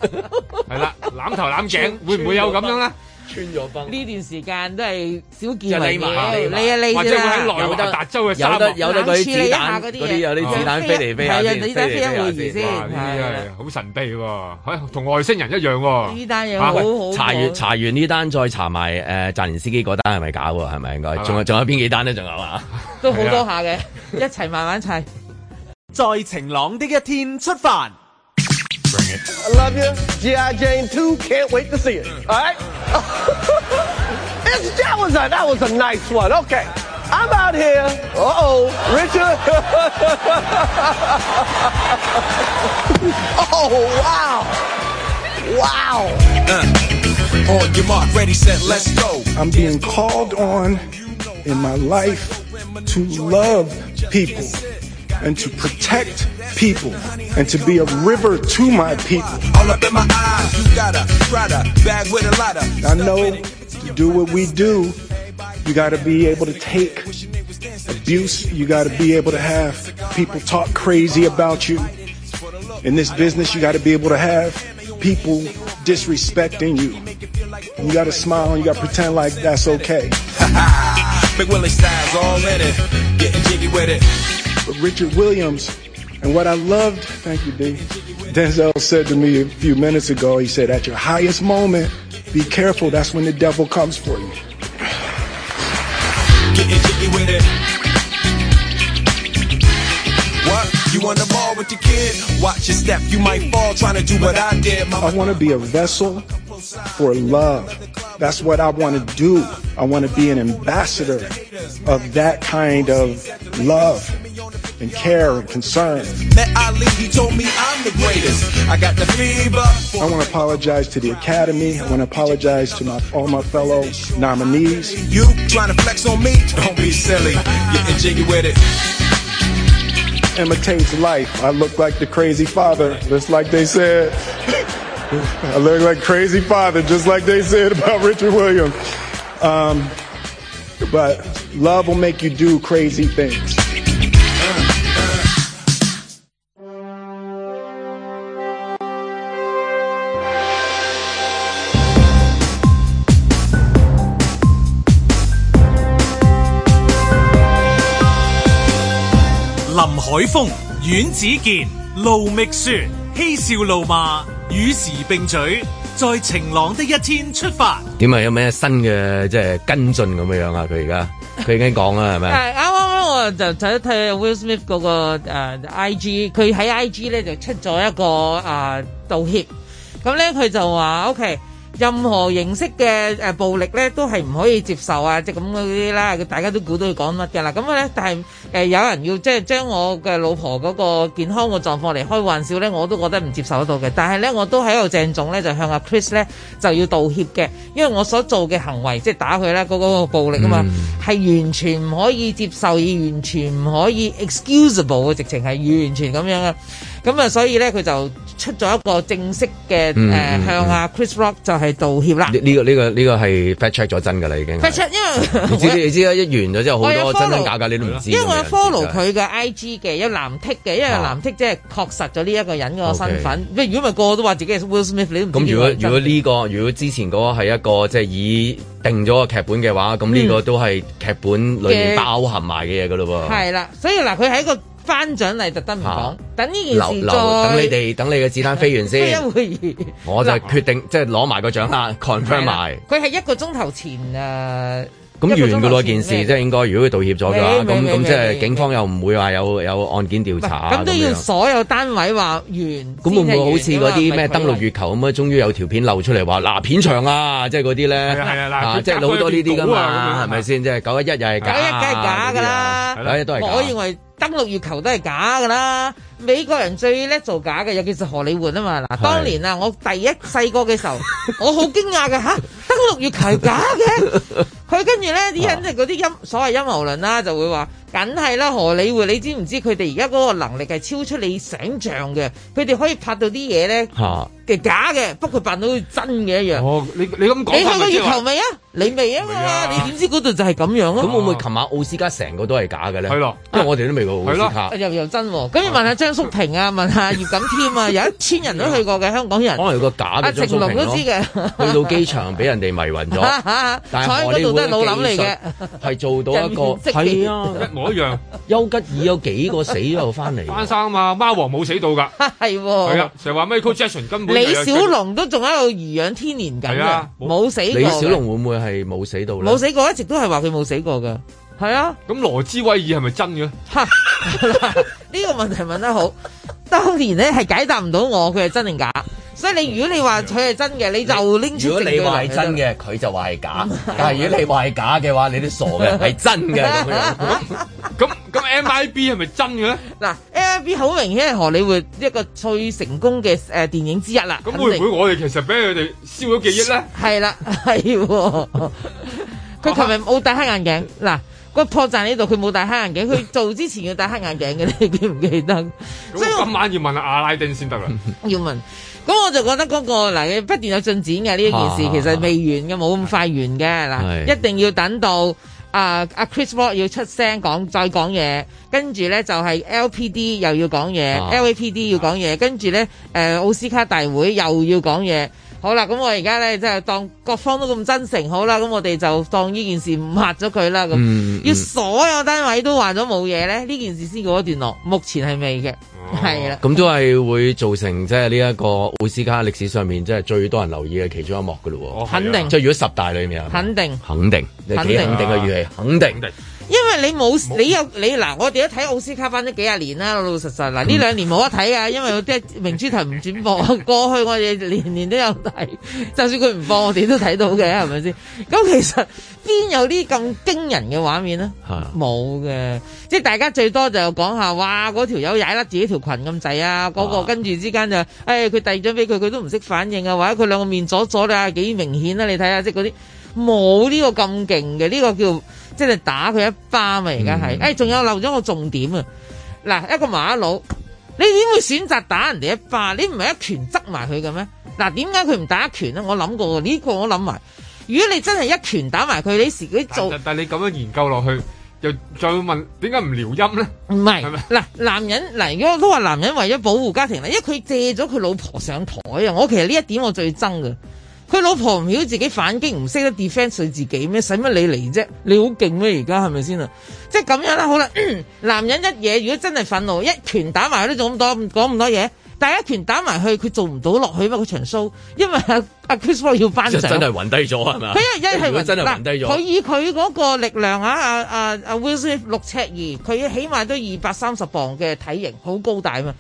係啦，攬頭攬頸會唔會有咁樣
啊
咧？
穿咗崩。
呢段時間都係少
即
見
係
為
匿埋匿
嘅，
埋
你啊你
或者會喺
啫啦。
內華達州嘅沙
有
漠
得有得嗰啲子彈，
啊冷處理一
嗰
下嗰啲嘢
啲有啲子彈飛嚟飛下
係啊
先，
子彈飛一會兒
飛嚟飛下
先
哇
哇！呢啲
係
真係好神秘喎，係同外星人一樣喎。
呢單嘢
啊
好
喂
好
查完
講
查完呢單，再查埋誒澤連斯基嗰單係咪假喎？係咪應該？
嘛
仲有仲有邊幾單咧？仲有啊？
都好多下嘅，一齊慢慢砌。
在晴朗的一天出發。
I love you. G.I. Jane 2, can't wait to see it. All right? *laughs* It's- that, was a, that was a nice one. Okay. I'm out here. Uh-oh. Richard. *laughs* oh, wow. Wow.
On your mark, ready, set, let's go.
I'm being called on in my life to love people and to protect people and to be a river to my people.
All up in my eyes, you got a Prada bag with a lot of.
I know to do what we do, you got to be able to take abuse, you got to be able to have people talk crazy about you. In this business, you got to be able to have people disrespecting you. You got to smile and you got to pretend like that's okay.
Big Willie styles all in it, getting jiggy with it.
But Richard Williams, and what I loved, thank you, D. Denzel said to me a few minutes ago, he said, at your highest moment, be careful, that's when the devil comes for you.
getting jiggy with it. What? You on the ball with your kid? Watch your step, you might fall trying to do what I did.
I want to be a vessel for love. That's what I want to do. I want to be an ambassador of that kind of love and care and concern.
Met Ali, he told me I'm the greatest. I got the fever.
I want to apologize to the Academy. I want to apologize to my, all my fellow nominees.
You trying to flex on me? Don't be silly. Getting jiggy with it.
imitates life. I look like the crazy father, just like they said. I look like crazy father, just like they said about Richard Williams. Um, but love will make you do crazy things.
林海峰、阮子健、路觅雪，嬉笑怒罵，與時並舉，在晴朗的一天出發。
點啊？有咩新嘅即係跟進咁樣樣啊？佢而
*laughs*
家佢已經講啦，係咪？
係啱啱啱我就睇一睇 Will Smith 嗰、個、呃、IG，佢喺 IG 咧就出咗一個啊、道歉，咁咧佢就話 OK。任何形式嘅誒暴力咧，都係唔可以接受啊！即係咁嗰啲啦，大家都估到佢講乜㗎啦。咁咧，但係誒、有人要即係將我嘅老婆嗰個健康嘅狀況嚟開玩笑咧，我都覺得唔接受得到嘅。但係咧，我都喺度鄭重咧就向阿 Chris 咧就要道歉嘅，因為我所做嘅行為即係打佢啦，嗰、嗰個暴力啊
嗯
嘛。係完全唔可以接受，而完全唔可以 excusable 嘅，直情係完全咁樣啊！咁啊，所以咧佢就出咗一個正式嘅誒、
嗯
呃向阿 Chris Rock 就係道歉啦
呢。呢個呢個呢個係 fact check 咗真㗎啦，已經係。
發出因
你知
為
你知啦，一完咗之後好
我
多
有 follow，
真真假假你都唔知。
因為我有
咁樣
follow
真係
佢嘅 IG 嘅，有藍剔嘅，因為
啊
藍剔即係確實咗呢一個人嗰個身份。即係如果唔係個個都話自己係 Will Smith，你都唔
咁
知
如果
邊個係真
如果呢、個如果之前嗰個係一個即係已定咗個劇本嘅話，咁呢個都係劇本裏面
嘅
包含埋嘅嘢噶咯喎。
嗯係啦，所以嗱，佢喺個頒獎禮特登唔講
啊，
等呢件
留
事
留
再啊
等你哋等你嘅子彈飛完
飛一
先，
會兒
我就決定即係攞埋個獎啦
係
，confirm
啦
埋。
佢係一個鐘頭前誒
咁
一個鐘頭
完噶咯，
前
件事
咩
即係應該，如果佢道歉咗嘅話，
未未
咁咁
未
即係
未
警方又唔會話有有案件調查啊
咁都要
樣
所有單位話完先
咁
係
會唔
完㗎嘛。
會好似嗰啲咩登陸
陸
月球咁啊？終於有條片漏出嚟話嗱片場啊，即係嗰啲咧，
係啊係啊嗱佢
即係
夾
好多呢啲噶
佢條稿
嘛，
啊
係咪先？即係九一一又係假
九一
啊，
梗係假㗎啦
嗰啲啊九一一都係假。
我認為登陸月球都係假㗎啦。美國人最叻做假嘅，尤其是荷里活啊嘛。嗱，當年啊，我第一細個嘅時候，
*laughs*
我好驚訝嘅吓，登陸月球係假嘅。
*laughs*
佢跟住咧，啲
啊
人就嗰啲陰所謂陰謀論啦，就會話，梗係啦，荷里活，你知唔知佢哋而家嗰個能力係超出你想像嘅？佢哋可以拍到啲嘢咧
嚇
嘅假嘅，不過扮到好似真嘅一樣。
哦，你你咁講
你
法
去過
咪即
月
係話
球未啊？你未啊
未啊
嘛？你點知嗰度就係咁樣啊
咁
咯？
會唔會琴晚奧斯卡成個都係假嘅咧？
係咯
因為我哋都未過奧斯卡，
哎又又真喎，咁要問下張叔平啊，問下葉錦添啊，有一千人都去過嘅香港人
可，能有個假
阿
嘅哦張
成
叔
龍
平
都
咯
知嘅，
去到機場俾人哋迷暈
*laughs*
咗。
坐
但係
喺
荷
嗰
里
度
活
都係老諗嚟
技
嘅
術，係做到一個
人面識別
係啊！
一模一樣，
丘吉爾有幾個死咗又翻
*laughs*
嚟，
翻生啊嘛，貓王冇死到㗎，
係
係
喎
啊。，成日話 Michael Jackson 根本
李
就有
小龍都仲喺度頤養天年緊
係
嘅
啊，
冇死過
李小龍
嘅，
會唔會係冇死到咧
冇？死過，一直都係話佢冇死過嘅，係啊。
咁羅茲威爾係咪真嘅？
哈 *laughs* 嗱呢個問題問得好，當年咧係解答唔到我，佢係真定假。所以你如果你話佢係真嘅，你就拎出
如果你話係真嘅，
嘅，
佢就話係
*laughs*
假；但係如果你話係假嘅話，你都傻嘅，係真嘅咁
*laughs*
樣。
咁咁 MIB 係咪真嘅咧？
嗱 A I B 好明顯係荷里活一個最成功嘅誒電影之一啦。
咁
肯
會唔
定
會我哋其實俾佢哋燒咗記憶咧？
係啦，係喎。
啊
佢琴日冇戴黑眼鏡，嗱個破綻呢度佢冇戴黑眼鏡，佢做之前要戴黑眼鏡嘅，你記唔記得？
咁
所以
我
我
今晚要問下阿拉丁
*laughs*
先得啦。
要問，咁我就覺得嗰、個嗱，不斷有進展嘅呢一件事，
啊
其實未完嘅，冇咁快完
係
嘅嗱，一定要等到啊阿 Chris Rock 要出聲講再講嘢，跟住咧就係 LPD 又要講嘢、
啊
l a p d 要講嘢，跟住咧誒奧斯卡大會又要講嘢。好啦，咁我而家咧即係當各方都咁真誠，好啦，咁我哋就當呢件事唔抹咗佢啦。咁、
嗯嗯
要所有單位都話咗冇嘢咧，呢件事先告一段落。目前係未嘅，
哦
係啦、
咁都係會造成即係呢一個奧斯卡歷史上面即係最多人留意嘅其中一幕㗎咯
哦
肯定
喎。即係如果十大裏面啊，
肯定。
肯定，你
肯
幾
定啊
肯定嘅語氣，肯
肯
定。
定
因為你冇你有你嗱，我哋都睇奧斯卡班咗幾廿年啦，老老實實嗱，呢兩年冇得睇啊，因為有啲明珠台唔轉播，過去我哋年年都有睇， *laughs* 就算佢唔播，我哋都睇到嘅，係咪先？咁其實邊有啲咁驚人嘅畫面呢？
嚇
冇嘅，即係大家最多就講下，哇！嗰條友踩甩自己條裙咁滯啊，嗰、個
啊
跟住之間就，誒佢遞咗俾佢，佢都唔識反應啊，或者佢兩個面阻阻啊，幾明顯啊！你睇下，即係嗰啲冇呢個咁勁嘅，呢、個叫即係打佢一巴嘛，而家係，誒、仲有漏咗個重點啊！嗱，一個馬佬，你點會選擇打人哋一巴？你唔係一拳執埋佢嘅咩？嗱，點解佢唔打一拳咧？我諗過喎呢、個我諗埋。如果你真係一拳打埋佢，你時佢
但
做
但但你咁樣研究落去，又再問點解唔撩音咧？
唔係
係咪
嗱，男人嗱，如果都話男人為咗保護家庭啦，因為佢借咗佢老婆上台啊！我其實呢一點我最憎嘅，佢老婆唔曉自己反擊，唔識得 defend 佢自己咩？使乜你嚟啫？你好勁咩？而家係咪先啊？即係咁樣啦，好 *clears throat* 啦，男人一嘢如果真係憤怒，一拳打埋佢都做咁多講咁多嘢，但係一拳打埋去佢做唔到落去嘛？嗰場 show，因為阿阿 Chris Rock 要頒
即係
獎
真。係暈低咗係咪啊
佢一一係
如果真係
嗱
暈低
佢
咗，
以佢嗰個力量啊，啊啊啊 Will Smith 六尺二，佢起碼都二百三十磅嘅體型，好高大啊嘛。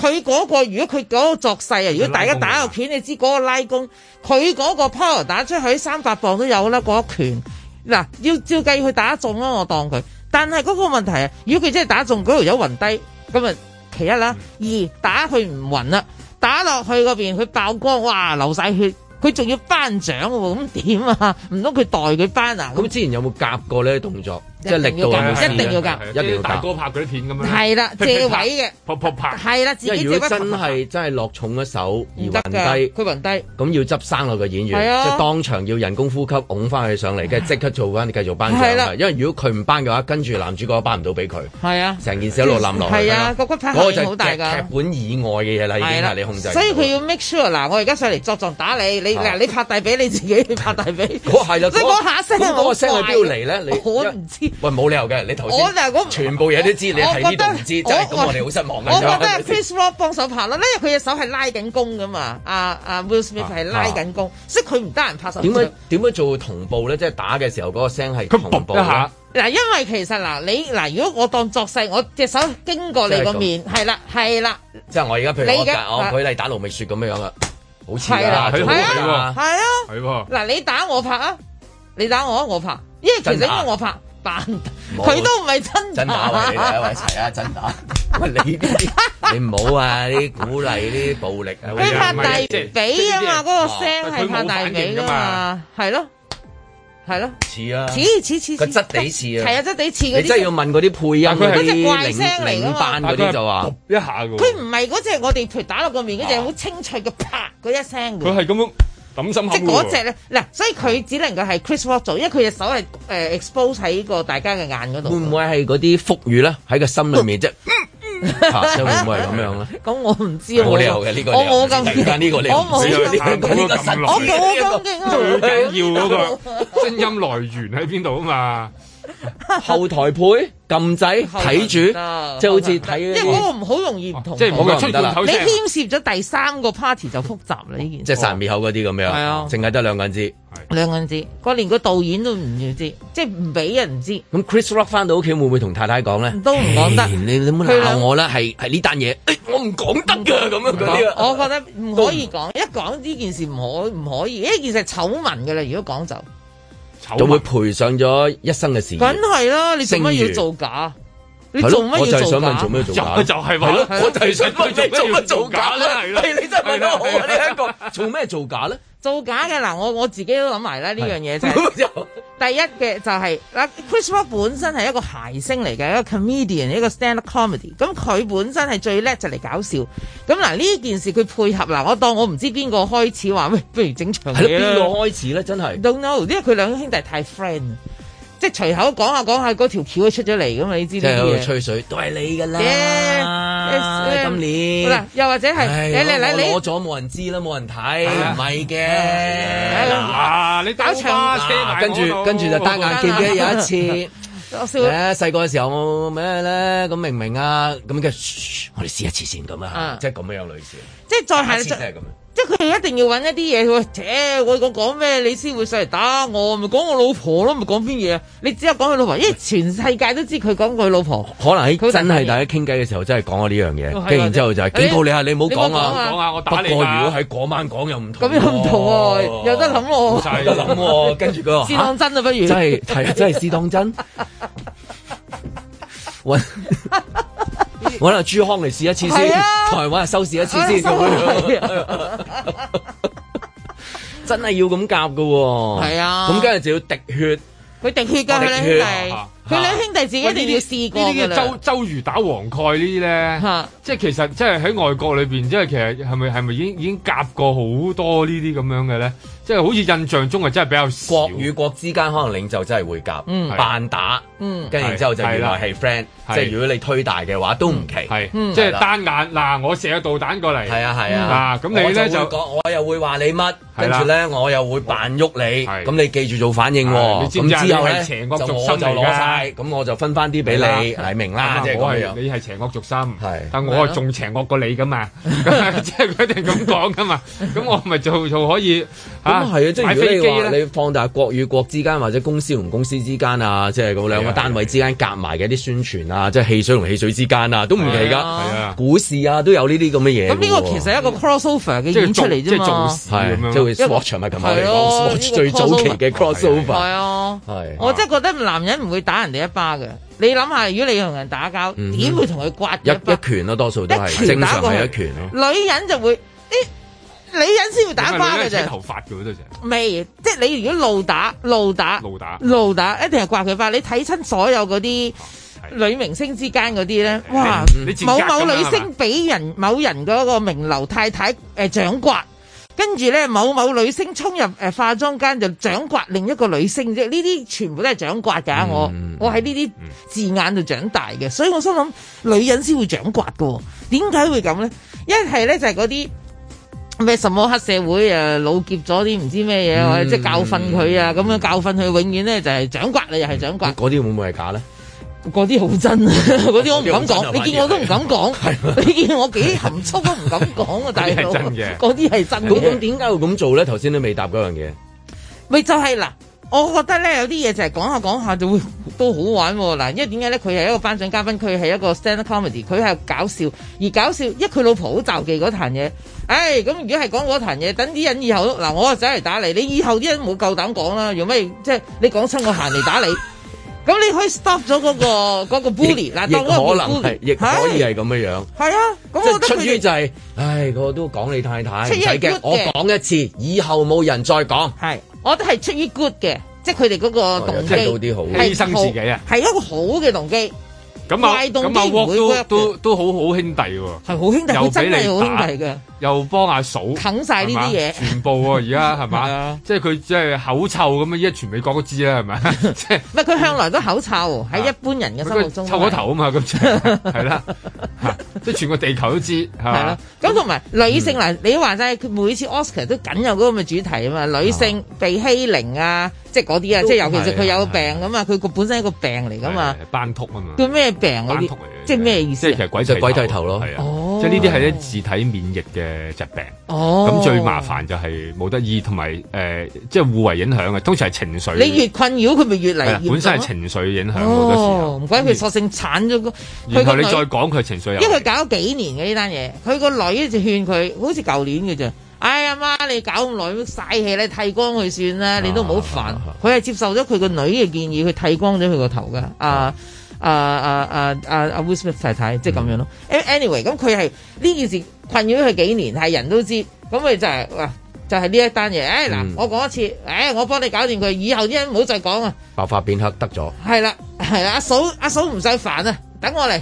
佢嗰、個如果佢嗰個作勢啊，如果大家打個拳，你知嗰個拉弓，佢嗰個 power 打出去三百磅都有啦，嗰一拳。嗱，要照計佢打中啦，我當佢。但係嗰個問題啊，如果佢真係打中嗰條友暈低，咁啊其一啦，二
嗯
打佢唔暈啦，打落去嗰邊佢爆光，哇流晒血，佢仲要頒獎喎，咁點啊？唔通佢代佢頒啊？
咁之前有冇夾過呢啲動作？即係
一
力
定要
度有
夾
冇試
一定要夾
嘅一
一
定
定
要
要大
夾。
哥拍嗰啲片咁樣。*laughs*
係啦，借位嘅，
撲撲拍。
係啦，自
因為
己借
如
位
果真
拍
係真係落重一手而
唔得
暈
㗎，
低，
佢暈低。
咁要執生落個演員，
係啊
即係當場要人工呼吸，拱翻佢上嚟，跟住即刻做翻繼續頒獎
係啦
啦。因為如果佢唔頒嘅話，跟住男主角都頒唔到俾佢，
係啊，
成件事一路冧落去。
係啊，個骨牌
嗰
效
個就
應好大
係
㗎
劇。本以外嘅嘢啦，已經係你控制唔到。
所以佢要 make sure 嗱，我而家上嚟作狀打你，你
啊
嗱你拍大髀，你自己拍大髀。
嗰係啦，
即係嗰下聲
咁嗰個
好
聲係
怪
邊度嚟咧？你
我唔知，事。
喂，冇理由嘅，你頭
我嗱我
先全部嘢都知，你睇呢度唔知，真係咁，我哋好失望
我覺得係
嘅。
Chris Rock 幫手拍啦，因為佢隻手係拉緊弓噶嘛，阿阿 Will Smith 係拉緊弓，即係佢唔得人拍手掌。
點解點樣做同步咧？即係打嘅時候嗰個聲係
佢
同步
嘣一下，
嗱，因為其實嗱，你嗱，如果我當作勢，我隻手經過你個面，係啦，係啦，
即係我而家譬如我
你嘅
打我
啊
舉例打盧覓雪咁樣樣啦，好似啊
係
啦，
啦，
做
佢
係
好
得㗎
啊，
啊
係啊，
係喎，
嗱，你打我拍啊，你打我，我拍，因為其實
真
因
打
為我拍扮，
冇
佢都唔係真
啊真打喂，你哋一齊啊，真
*laughs*
打。喂，你呢啲你唔好啊，呢啲鼓勵呢啲暴力啊。
佢拍大
即係
髀啊嘛，嗰個
哦
聲
但係佢
係拍
冇
大
反
髀
應㗎
噶嘛
嘛，
係咯，係咯，
似啊，
似似似
個質地似啊
係啊，質地似嗰
你真係要
啲。啊
問嗰啲配音
但
嗰
佢係
啲
怪聲嚟
領
㗎嘛
領班嗰啲就話
佢係。一下嘅喎，
佢唔係嗰隻我哋譬如打落個面嗰
啊
隻好清脆嘅啪嗰一聲㗎
佢係咁樣抌心口
即係嗰隻
隻
咧，嗱，所以佢只能夠係 Chris Rock 做，因為佢隻手係誒 expose 喺個大家嘅眼嗰
會唔
度。
會係嗰啲福語咧？喺個心裏面
嗯
啫，嚇即係會唔會係咁樣啊
*laughs*
咧？
咁我唔知
冇
我
理由嘅呢個，
我冇
突 *laughs* 然
咁，
間呢個你
我
唔
冇
知
咁
呢個呢個神
我冇咁勁
最
啊！
緊
*laughs*
要嗰個聲音來源喺邊度啊嘛，
後台配撳掣睇住，即係好似睇嗰
因為嗰個
啲
唔好容易唔同步。
即係冇
好
佢
嘅
出罐頭
你
聲啊。
牽涉咗第三個 party 就複雜啦，呢件
即
事
係殺人滅口嗰啲咁
係啊
樣，淨係得兩個人知。
兩個人知，個連個導演都唔要知，即係唔俾人知，
咁 Chris Rock 翻到屋企會唔會同太太講咧？
都唔講得
唉你你冇
佢
鬧
兩
我啦，係係呢單嘢，哎我唔講得㗎咁樣嗰啲啊。
我覺得唔可以講，一講呢件事唔可唔可以，因為件事係醜聞嘅啦。如果講就，哦
醜
就會
聞
賠上咗一生嘅事業
梗。係啦，你做乜
聲
要
譽
做假？你
係咯
做乜
我就
要
係
做
想問做
假？
咩要做假
就
咧？
就係話
係咯，我就係想問你
佢
做乜做假咧？ *laughs*
係啦
係你真係問得好啊！你一個做咩做假咧？
做假嘅嗱，我我自己都諗埋啦呢樣嘢就係。
係 *laughs*
第一嘅就係、嗱，Chris Rock 本身係一個諧星嚟嘅，一個 comedian，一個 stand-up comedy。咁佢本身係最叻就嚟搞笑。咁嗱呢件事佢配合嗱，我當我唔知邊個開始話喂，不如整場
係咯，啊
嘢
邊個
啦。
開始咧？真係
Don't know，因為佢兩兄弟太 friend，即係隨口講下講下嗰條橋都出咗嚟噶嘛，你知
即係
呢啲
喺
嘢
度。吹水，都係你㗎
Yeah，it's-
啦。啊今
嗱
年，。
又或者係
唉
你嚟嚟
我
你
攞咗冇人知啦，冇人睇，
啊
唔係嘅。
啊！你打
搞
場
場
嗱跟住跟住就單眼，記唔記得有一次？
*laughs* 我笑
咧細個嘅時候咩咧咁明唔明啊？咁嘅，噓我哋試一次先咁啊
啊，
即係咁樣樣類似，
即係再啊
下
係
次真係咁樣。
即係佢一定要揾一啲嘢，佢話切我我講咩你先會上嚟打我，咪講我老婆咯，咪講邊嘢啊？你只有講佢老婆，因為全世界都知佢講佢老婆。
可能喺
佢
真
就
係
係
大家傾偈嘅時候，真係講我呢樣
哦係
嘢，
啊
跟住然之後就係
你
警告你啊，你唔好講啊。
講下我
不過
打
如
你
果
啊
喺嗰晚講又唔同，
咁又唔同喎，有得諗，
就
喎，
有得諗喎。跟住佢
*laughs*
話
試當真啊，不
真
如
係係啊，真係試當真。揾揾阿朱康嚟試一次先，
係啊
台灣收試一次先
係
咁樣
係啊
真係要咁夾噶喎。
係啊
咁跟住就要滴血。
佢滴血㗎，
滴
佢
血
兩兄弟
啊，
佢兩兄弟自己一定要試過㗎
呢啲叫周
啦。
周瑜打黃蓋呢啲咧
嚇，
即係其實即係喺外國裏邊，即係其實係咪係咪已經已經夾過好多呢啲咁樣嘅咧？即係好似印象中係真係比較少。
國與國之間可能領袖真係會夾，
嗯
扮打，
嗯
跟住然之後就原來係 friend，
係
即係如果你推大嘅話都唔奇，
係
嗯
即係
係啦
單眼嗱，我射個導彈過嚟，
係啊係啊
啊，咁你
我
咧
就會
就
講我又會話你乜，
係
跟
啦
住咧我又會扮喐你，
係
咁你記住做反應
係
喎，
你知唔知啊
咁之後
你
咧
係邪
就
惡族
我
心
就
嚟㗎
攞晒，咁我就分翻啲俾你，
係啦
係明啦，
啊
即係
我
咁
係
樣。
你係邪惡族心
係，
但我係仲邪惡過你噶嘛， *laughs* 即係佢一定咁講噶嘛，咁我咪就就可以
咁
嚇
係啊，即係
買
如
飛機
果你話
咧，
你放大國與國之間，啊或者公司同公司之間啊，即係嗰兩
係
個
啊
單位之間夾埋嘅一啲宣傳啊，即係汽水同汽水之間啊，都唔奇
係
㗎。
係啊。
股市啊都有呢啲咁嘅嘢㗎喎。
咁呢個其實係一個 crossover 嘅
即
演
係
出
做
嚟
即
啫
係做
嘛。哦
事咁
係，
樣。
即係會
一個
Swatch 係咪琴日我哋
係咯
講
呢
Swatch
個
最早期嘅
係
crossover
啊，
係
我真係覺得男人唔會打人哋一巴嘅。你諗下，如果你同人打交，
嗯哼
點會同佢刮
一
一巴
一？拳咯，多數都
一
係
拳
正
打
常
過去
係一拳咯。啊
女人就會，咦，女人先會打巴嘅
嘅
啫，
頭髮嘅都成
未，即係你如果露打、露打、
路打，哦
露打，一定係刮佢巴。你睇親所有嗰啲
係
女明星之間嗰啲咧，哇！
你你賤格㗎嘛
某某女星俾人某人嗰個名流太太誒掌摑，跟住咧某某女星衝入誒化妝間就掌摑另一個女星啫，呢啲全部都係掌摑
嗯
㗎。我我喺呢啲字眼度長大嘅，所以我心諗女人先會掌摑㗎喎，點解會咁咧？一係咧就係嗰啲。咩什麼黑社會啊，老劫咗啲唔知咩
嗯
嘢，或者即係教訓佢啊，咁樣教訓佢，永遠咧就係掌摑你，又係掌摑。
啊嗰啲會唔會係假咧？
嗰啲好真
*laughs*
啊，嗰啲我唔敢
嗯嗰啲好真啊
講，你見我都唔敢講，你見我幾含蓄都唔敢講啊，大
嗰啲係
佬。
真嘅
嗰啲係真
咁咁
嘅。
點解會咁做咧？頭先都未答嗰樣嘢。
咪就係嗱，我覺得咧有啲嘢就係講下講下就會 *laughs* 都好玩喎嗱，因為點解咧？佢係一個頒獎嘉賓，佢係一個 stand comedy，佢係搞笑，而搞笑，一佢老婆好就忌嗰壇嘢。唉，咁如果係講嗰壇嘢，等啲人以後嗱，我就走嚟打你，你以後啲人冇夠膽講啦，用咩即係你講親我行嚟打你， *laughs* 咁你可以 stop 咗嗰、個嗰、個 bully 嗱，
亦
當嗰個
可
叫
能
bully，
係，亦可以係咁樣樣。
係啊係啊，
即
咁我
係
覺得
出
佢
於
哋
就係、唉，我都講你太太，唔
出於
使
係
驚，
good
我
嘅
講一次，以後冇人再講。
係，我覺得係出於 good 嘅，即係佢哋嗰個
哦
動機
即係到啲好
係
犧牲自己啊
係一個好嘅動機。
咁啊，
怪動
咁啊
機唔
，Walk
會
都
work
都都好好兄弟喎，
係好兄弟，
又
佢真
俾
係
你
好兄
打
弟嘅，
又幫阿嫂
啃晒呢啲
係
嘢
嘛全部喎，而家係
*laughs* 係
嘛
啊？
即係佢即係口臭咁啊！依家全美國都知啦，
*laughs*
係咪？即係
唔係佢向來都口臭，喺一般人嘅心目
佢
中
臭咗頭啊嘛，咁就係係啦，嚇即係全個地球都知係
係
嘛
啦。。咁同埋女
嗯
性嗱，你話齋佢每次 Oscar 都梗有嗰個咁嘅主題啊嘛，女性被欺凌啊，即係嗰啲啊，
都
即係尤其是佢
係啊
有病咁嘛，佢個本身係一個病嚟噶嘛，
係班托啊嘛，
叫咩病嗰
班
啲
托嚟嘅，
即係咩意思
即係其？
啊
實鬼
就鬼剃頭咯
係啊
哦，
即係呢啲係啲自體免疫嘅疾病。
哦，
咁最麻。煩就係冇得醫，同埋誒即係互為影響嘅，啊通常係情緒。
你越困擾佢咪越嚟
係啦啊
越
哎本身係情緒影響好多時
哦
候，，
唔怪佢索性鏟咗個佢
然
個
後你
女
再講佢情緒又
因為佢搞咗幾年嘅呢單嘢，佢個女就勸佢，好似舊年嘅啫。哎呀媽，你搞咁耐，嘥氣咧，剃光佢算啦，你都唔好煩。佢係接受咗佢個女嘅建議，佢剃光咗佢個頭噶。啊啊啊啊啊啊！Will Smith 太太即係咁樣咯。anyway，咁佢係呢件事困擾佢幾年，係人都知。咁佢就係、哇，就係呢一單嘢。誒、哎、嗱，我講一次，誒、哎、我幫你搞掂佢，以後啲人唔好再講啊。
白髮變黑得咗，
係啦，係啦，阿嫂阿嫂唔使煩啊，等我嚟。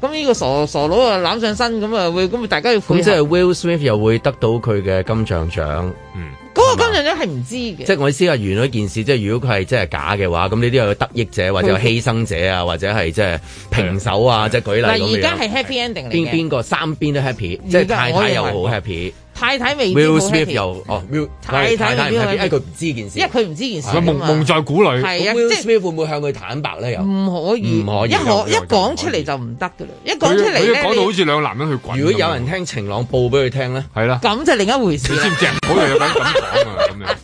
咁呢個傻傻佬啊攬上身咁啊，會咁大家要配合。
咁即係 Will Smith 又會得到佢嘅金像獎。
嗰個金像獎係唔知嘅，
即係我意思係完咗件事，即係如果佢係真係假嘅話，咁呢啲有得益者
嗯
或者有犧牲者啊，或者係即係平手啊，即係舉例咁
嗱
樣。
而家係 happy ending 嚟
邊邊
嘅，
個三邊都 happy，即係太太又好 happy，Will
太太未必好
Smith
happy，
又哦，Will
太太
太太唔
未必好
happy，因
happy
為佢唔知件事
因為。佢唔知件事
佢
啊
蒙
嘛
蒙在鼓裏。
係
咁
啊，
Will
即
Smith 會唔會向佢坦白咧？又
係唔可以，
唔可以
一可一
又唔
講
可以
出嚟就唔得噶啦，一
佢
講出嚟
佢一
咧，
講到好
你
似兩個男人去啊滾咁樣。
如果有人聽晴朗報俾佢聽咧
係啦，
咁就另一回事
你知唔
啦。
知啊？好有人咁講啊咁
*laughs*
樣。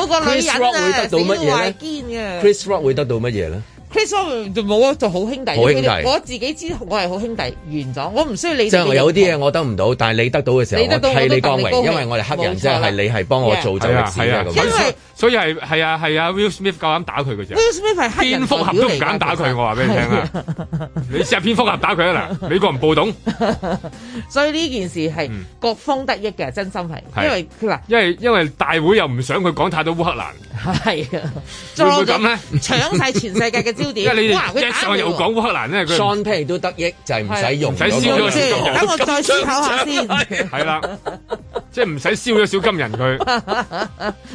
有個女
Chris
人
Rock 會
啊，
得
死
到乜嘢咧
壞堅嘅。
，Chris Rock 會得到乜嘢咧？
Chris Rock 就冇啊，就好兄弟。
好兄弟
我自己知我係好兄弟，完咗，我唔需要你哋嘅認同。
即係我有啲嘢我得唔到，但係你得到嘅時候，
你得到
我替你光
我都戥你
榮，
高興
因為我哋黑人
冇錯
即係
啦
係你係幫我造就
係啊
歷史
係
嘅
啊，
咁
因
樣。
為
所以所以係係啊係啊，Will Smith 夠膽打佢嘅啫。
Will Smith 係黑
蝙
人
蝠俠
代表
都
嚟
唔
㗎
敢打佢，我話俾你聽啊！你 *laughs* 試下蝙蝠俠打佢啊嗱，美國唔暴動，嗯
所以呢件事係各方得益嘅，真心係，
係
因為嗱
因為因為大會又唔想佢講太多烏克蘭，
*laughs* 係啊，
會唔會咁咧
搶晒全世界嘅
*laughs*
焦
因
點，
為你
哎
哋
哇！佢
Jack
打
上
我
又講烏克蘭咧，佢
Sean Penn 亦都得益，就係唔
啊
使用，
唔使燒
住
咗佢
*laughs*
等我再思考下先，
係啦，即係唔使燒咗小金人
*laughs*
佢。咁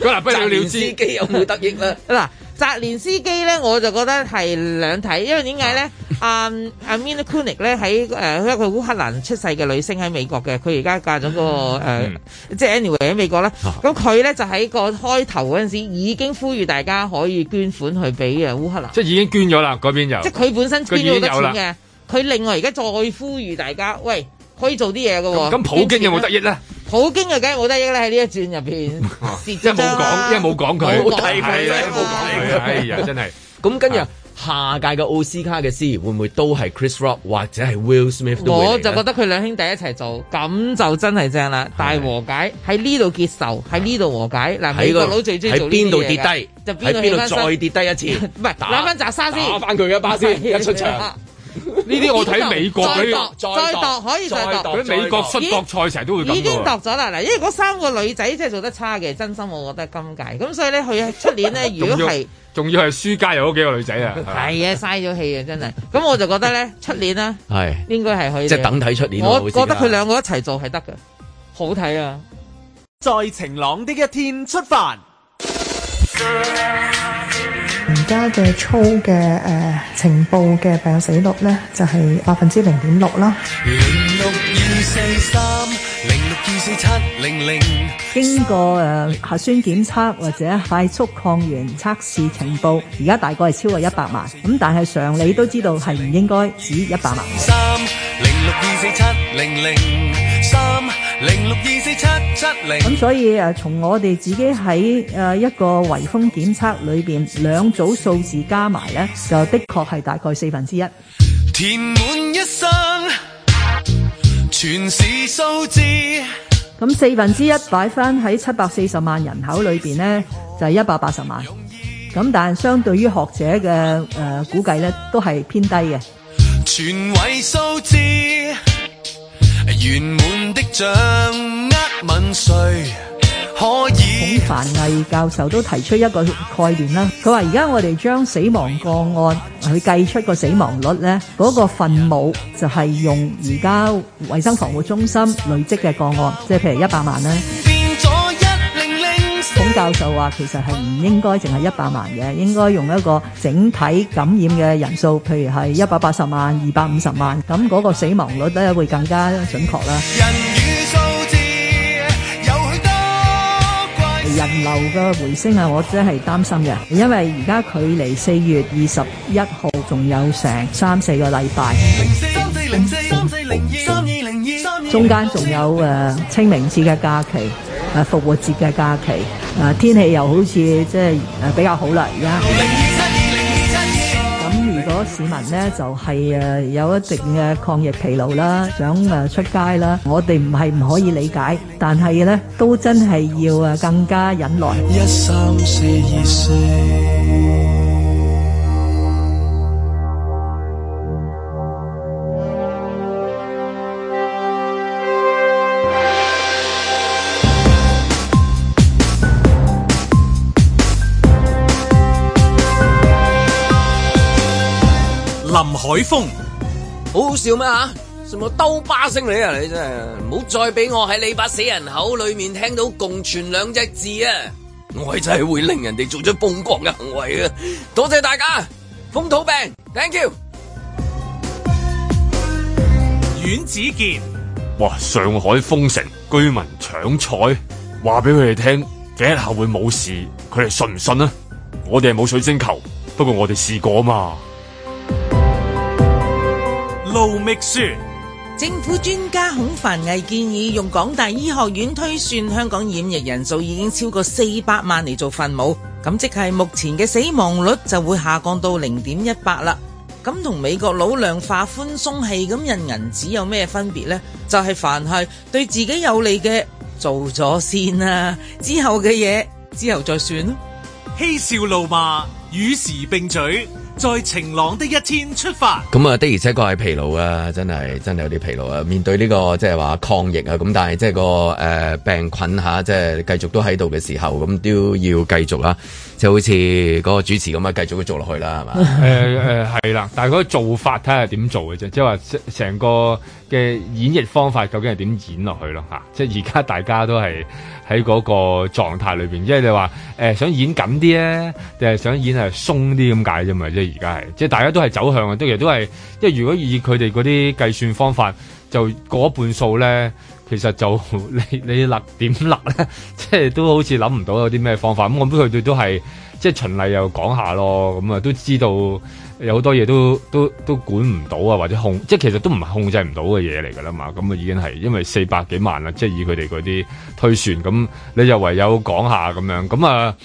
嗱，不了
澤
了
連
之
斯。基有冇得益
*laughs*
咧？
嗱。澤連斯基咧，我就覺得係兩睇，因為點解咧？
啊
阿阿 Mina Kunis 咧喺誒一個烏克蘭出世嘅女星喺美國嘅，佢而家嫁咗個
嗯
誒，即係 anyway 喺美國啦。
啊
咁佢咧就喺個開頭嗰陣時已經呼籲大家可以捐款去俾誒烏克蘭。
即係已經捐咗啦，嗰邊
即
就
係佢本身
佢
捐
已經
咗好多
有
錢嘅，佢另外而家再呼籲大家，喂，可以做啲嘢嘅喎。
咁普京有冇得益咧？
普京啊，梗係冇得益啦，喺呢一轉
*laughs*
入邊，
一冇
蝕咗張啦
講，一冇講佢，
冇
冇提
講
佢
啦
一冇講佢
哎
*laughs*
呀，真係
咁跟住
啊
下屆嘅奧斯卡嘅司儀會唔會都係 Chris Rock 或者係 Will Smith 都會嚟啊
我就覺
得
得佢兩兄弟一齊做，咁就真係正啦，大和解喺呢度結仇，喺呢度和解。嗱，美國佬最中意
喺
做呢啲
邊
嘢
度跌低，
㗎就
喺邊度再
邊
跌低一次，
唔係 *laughs* 攬翻扎沙先，
打翻佢一巴
*laughs*
先，一出場。
呢啲我睇美國
再
佢
度再度可以再度
佢美國出國賽成日都會
已
咁
經
㗎
度
喎。
咗啦，嗱，因為嗰三個女仔真係做得差嘅，真心我覺得今屆，咁所以咧佢出
*laughs*
年咧，如
仲
果
要
係
仲要係輸家有嗰幾個女仔啊，
*laughs*
係嘛
係啊，嘥咗氣啊，真係，咁我就覺得咧，出年啦，
係
應該係佢哋，
即係等睇出年咯
我
好似
覺得
㗎
佢兩個一齊做係得嘅，好睇啊！
在晴朗的一天出發。
而家嘅粗嘅誒情報嘅病死率咧，就係百分之零點六啦。
零六二四三零六二四七零零。
經過誒呃核酸檢測或者快速抗原測試情報，而家大概係超過一百萬。咁但係常理都知道係唔應該止一百萬。
三零六二四七零零三零六二四七七
咁
零。
所以誒，從我哋自己喺誒一個圍封檢測裏邊兩組數字加埋咧，就的確係大概四分之一。
填滿一生，全是數字。
咁四分之一擺翻喺七百四十萬人口裏邊呢，就係一百八十萬。咁但係相對於學者嘅誒、呃估計呢，都係偏低嘅。
全位數字，圓滿的掌握問誰可以
孔凡毅教授都提出一個概念啦，佢話而家我哋將死亡個案去計出個死亡率呢，嗰、個分母就係用而家衞生防護中心累積嘅個案，即係譬如一百萬啦。
變咗一零零
孔教授話其實係唔應該淨係一百萬嘅，應該用一個整體感染嘅人數，譬如係一百八十萬、二百五十萬，咁嗰個死亡率咧會更加準確啦。
人與數字有許多怪事。
人流嘅回升啊，我真係擔心嘅，因為而家距離四月二十一號仲有成三四個禮拜，
三四零四三四零二三二零二三二
中間仲有誒、呃清明節嘅假期、誒、呃、復活節嘅假期，誒、呃、天氣又好似即係誒比較好啦而家。
零二七二零二七二。
咁如果市民呢，就係、誒有一定嘅抗疫疲勞啦，想誒出街啦，我哋唔係唔可以理解，但係呢，都真係要誒更加忍耐。
一三四二四。
林海峰、
好好笑咩吓？什麼兜巴星你啊！你真係唔好再俾我喺你把死人口裏面聽到共存兩隻字啊！我係真係會令人哋做出瘋狂嘅行為啊！多謝大家，風土病，thank you。
阮子健、
哇！上海封城，居民搶菜，話俾佢哋聽，第一下會冇事，佢哋信唔信啊？我哋係冇水晶球，不過我哋試過啊嘛。
盧覓雪。
政府專家孔繁毅建議用港大醫學院推算，香港染疫人數已經超過四百萬嚟做分母，咁即係目前嘅死亡率就會下降到零點一八啦。咁同美國佬量化寬鬆係咁印銀紙有咩分別呢？就係、凡係對自己有利嘅做咗先啦，之後嘅嘢之後再算咯。
嬉笑怒罵，與時並舉，在晴朗的一天出發。
咁啊，的而且確係疲勞啊，真係真係有啲疲勞啊！面對呢、個即係話抗疫啊，咁但係即係個誒、呃病菌嚇、即係繼續都喺度嘅時候，咁都要繼續啦，就好似嗰個主持咁啊，繼續去做落去啦，係嘛？
誒誒係呃啦，但係嗰個做法睇下點做嘅啫，即係話成成個嘅演繹方法究竟係點演落去咯嚇、即係而家大家都係喺嗰個狀態裏邊，即係你話誒、想演緊啲咧，定係想演係鬆啲咁解啫嘛？即係而家係，即係大家都係走向嘅，都其實都係，即係如果以佢哋嗰啲計算方法，就過一半數咧。其實就 *laughs* 你你勒點勒咧，即係都好似諗唔到有啲咩方法。咁我諗佢哋都係即係循例又講下咯，咁啊都知道有好多嘢都都都管唔到啊，或者控即係其實都唔係控制唔到嘅嘢嚟㗎啦嘛。咁啊已經係因為四百幾萬啦，即係以佢哋嗰啲推算，咁你就唯有講下咁樣，咁啊。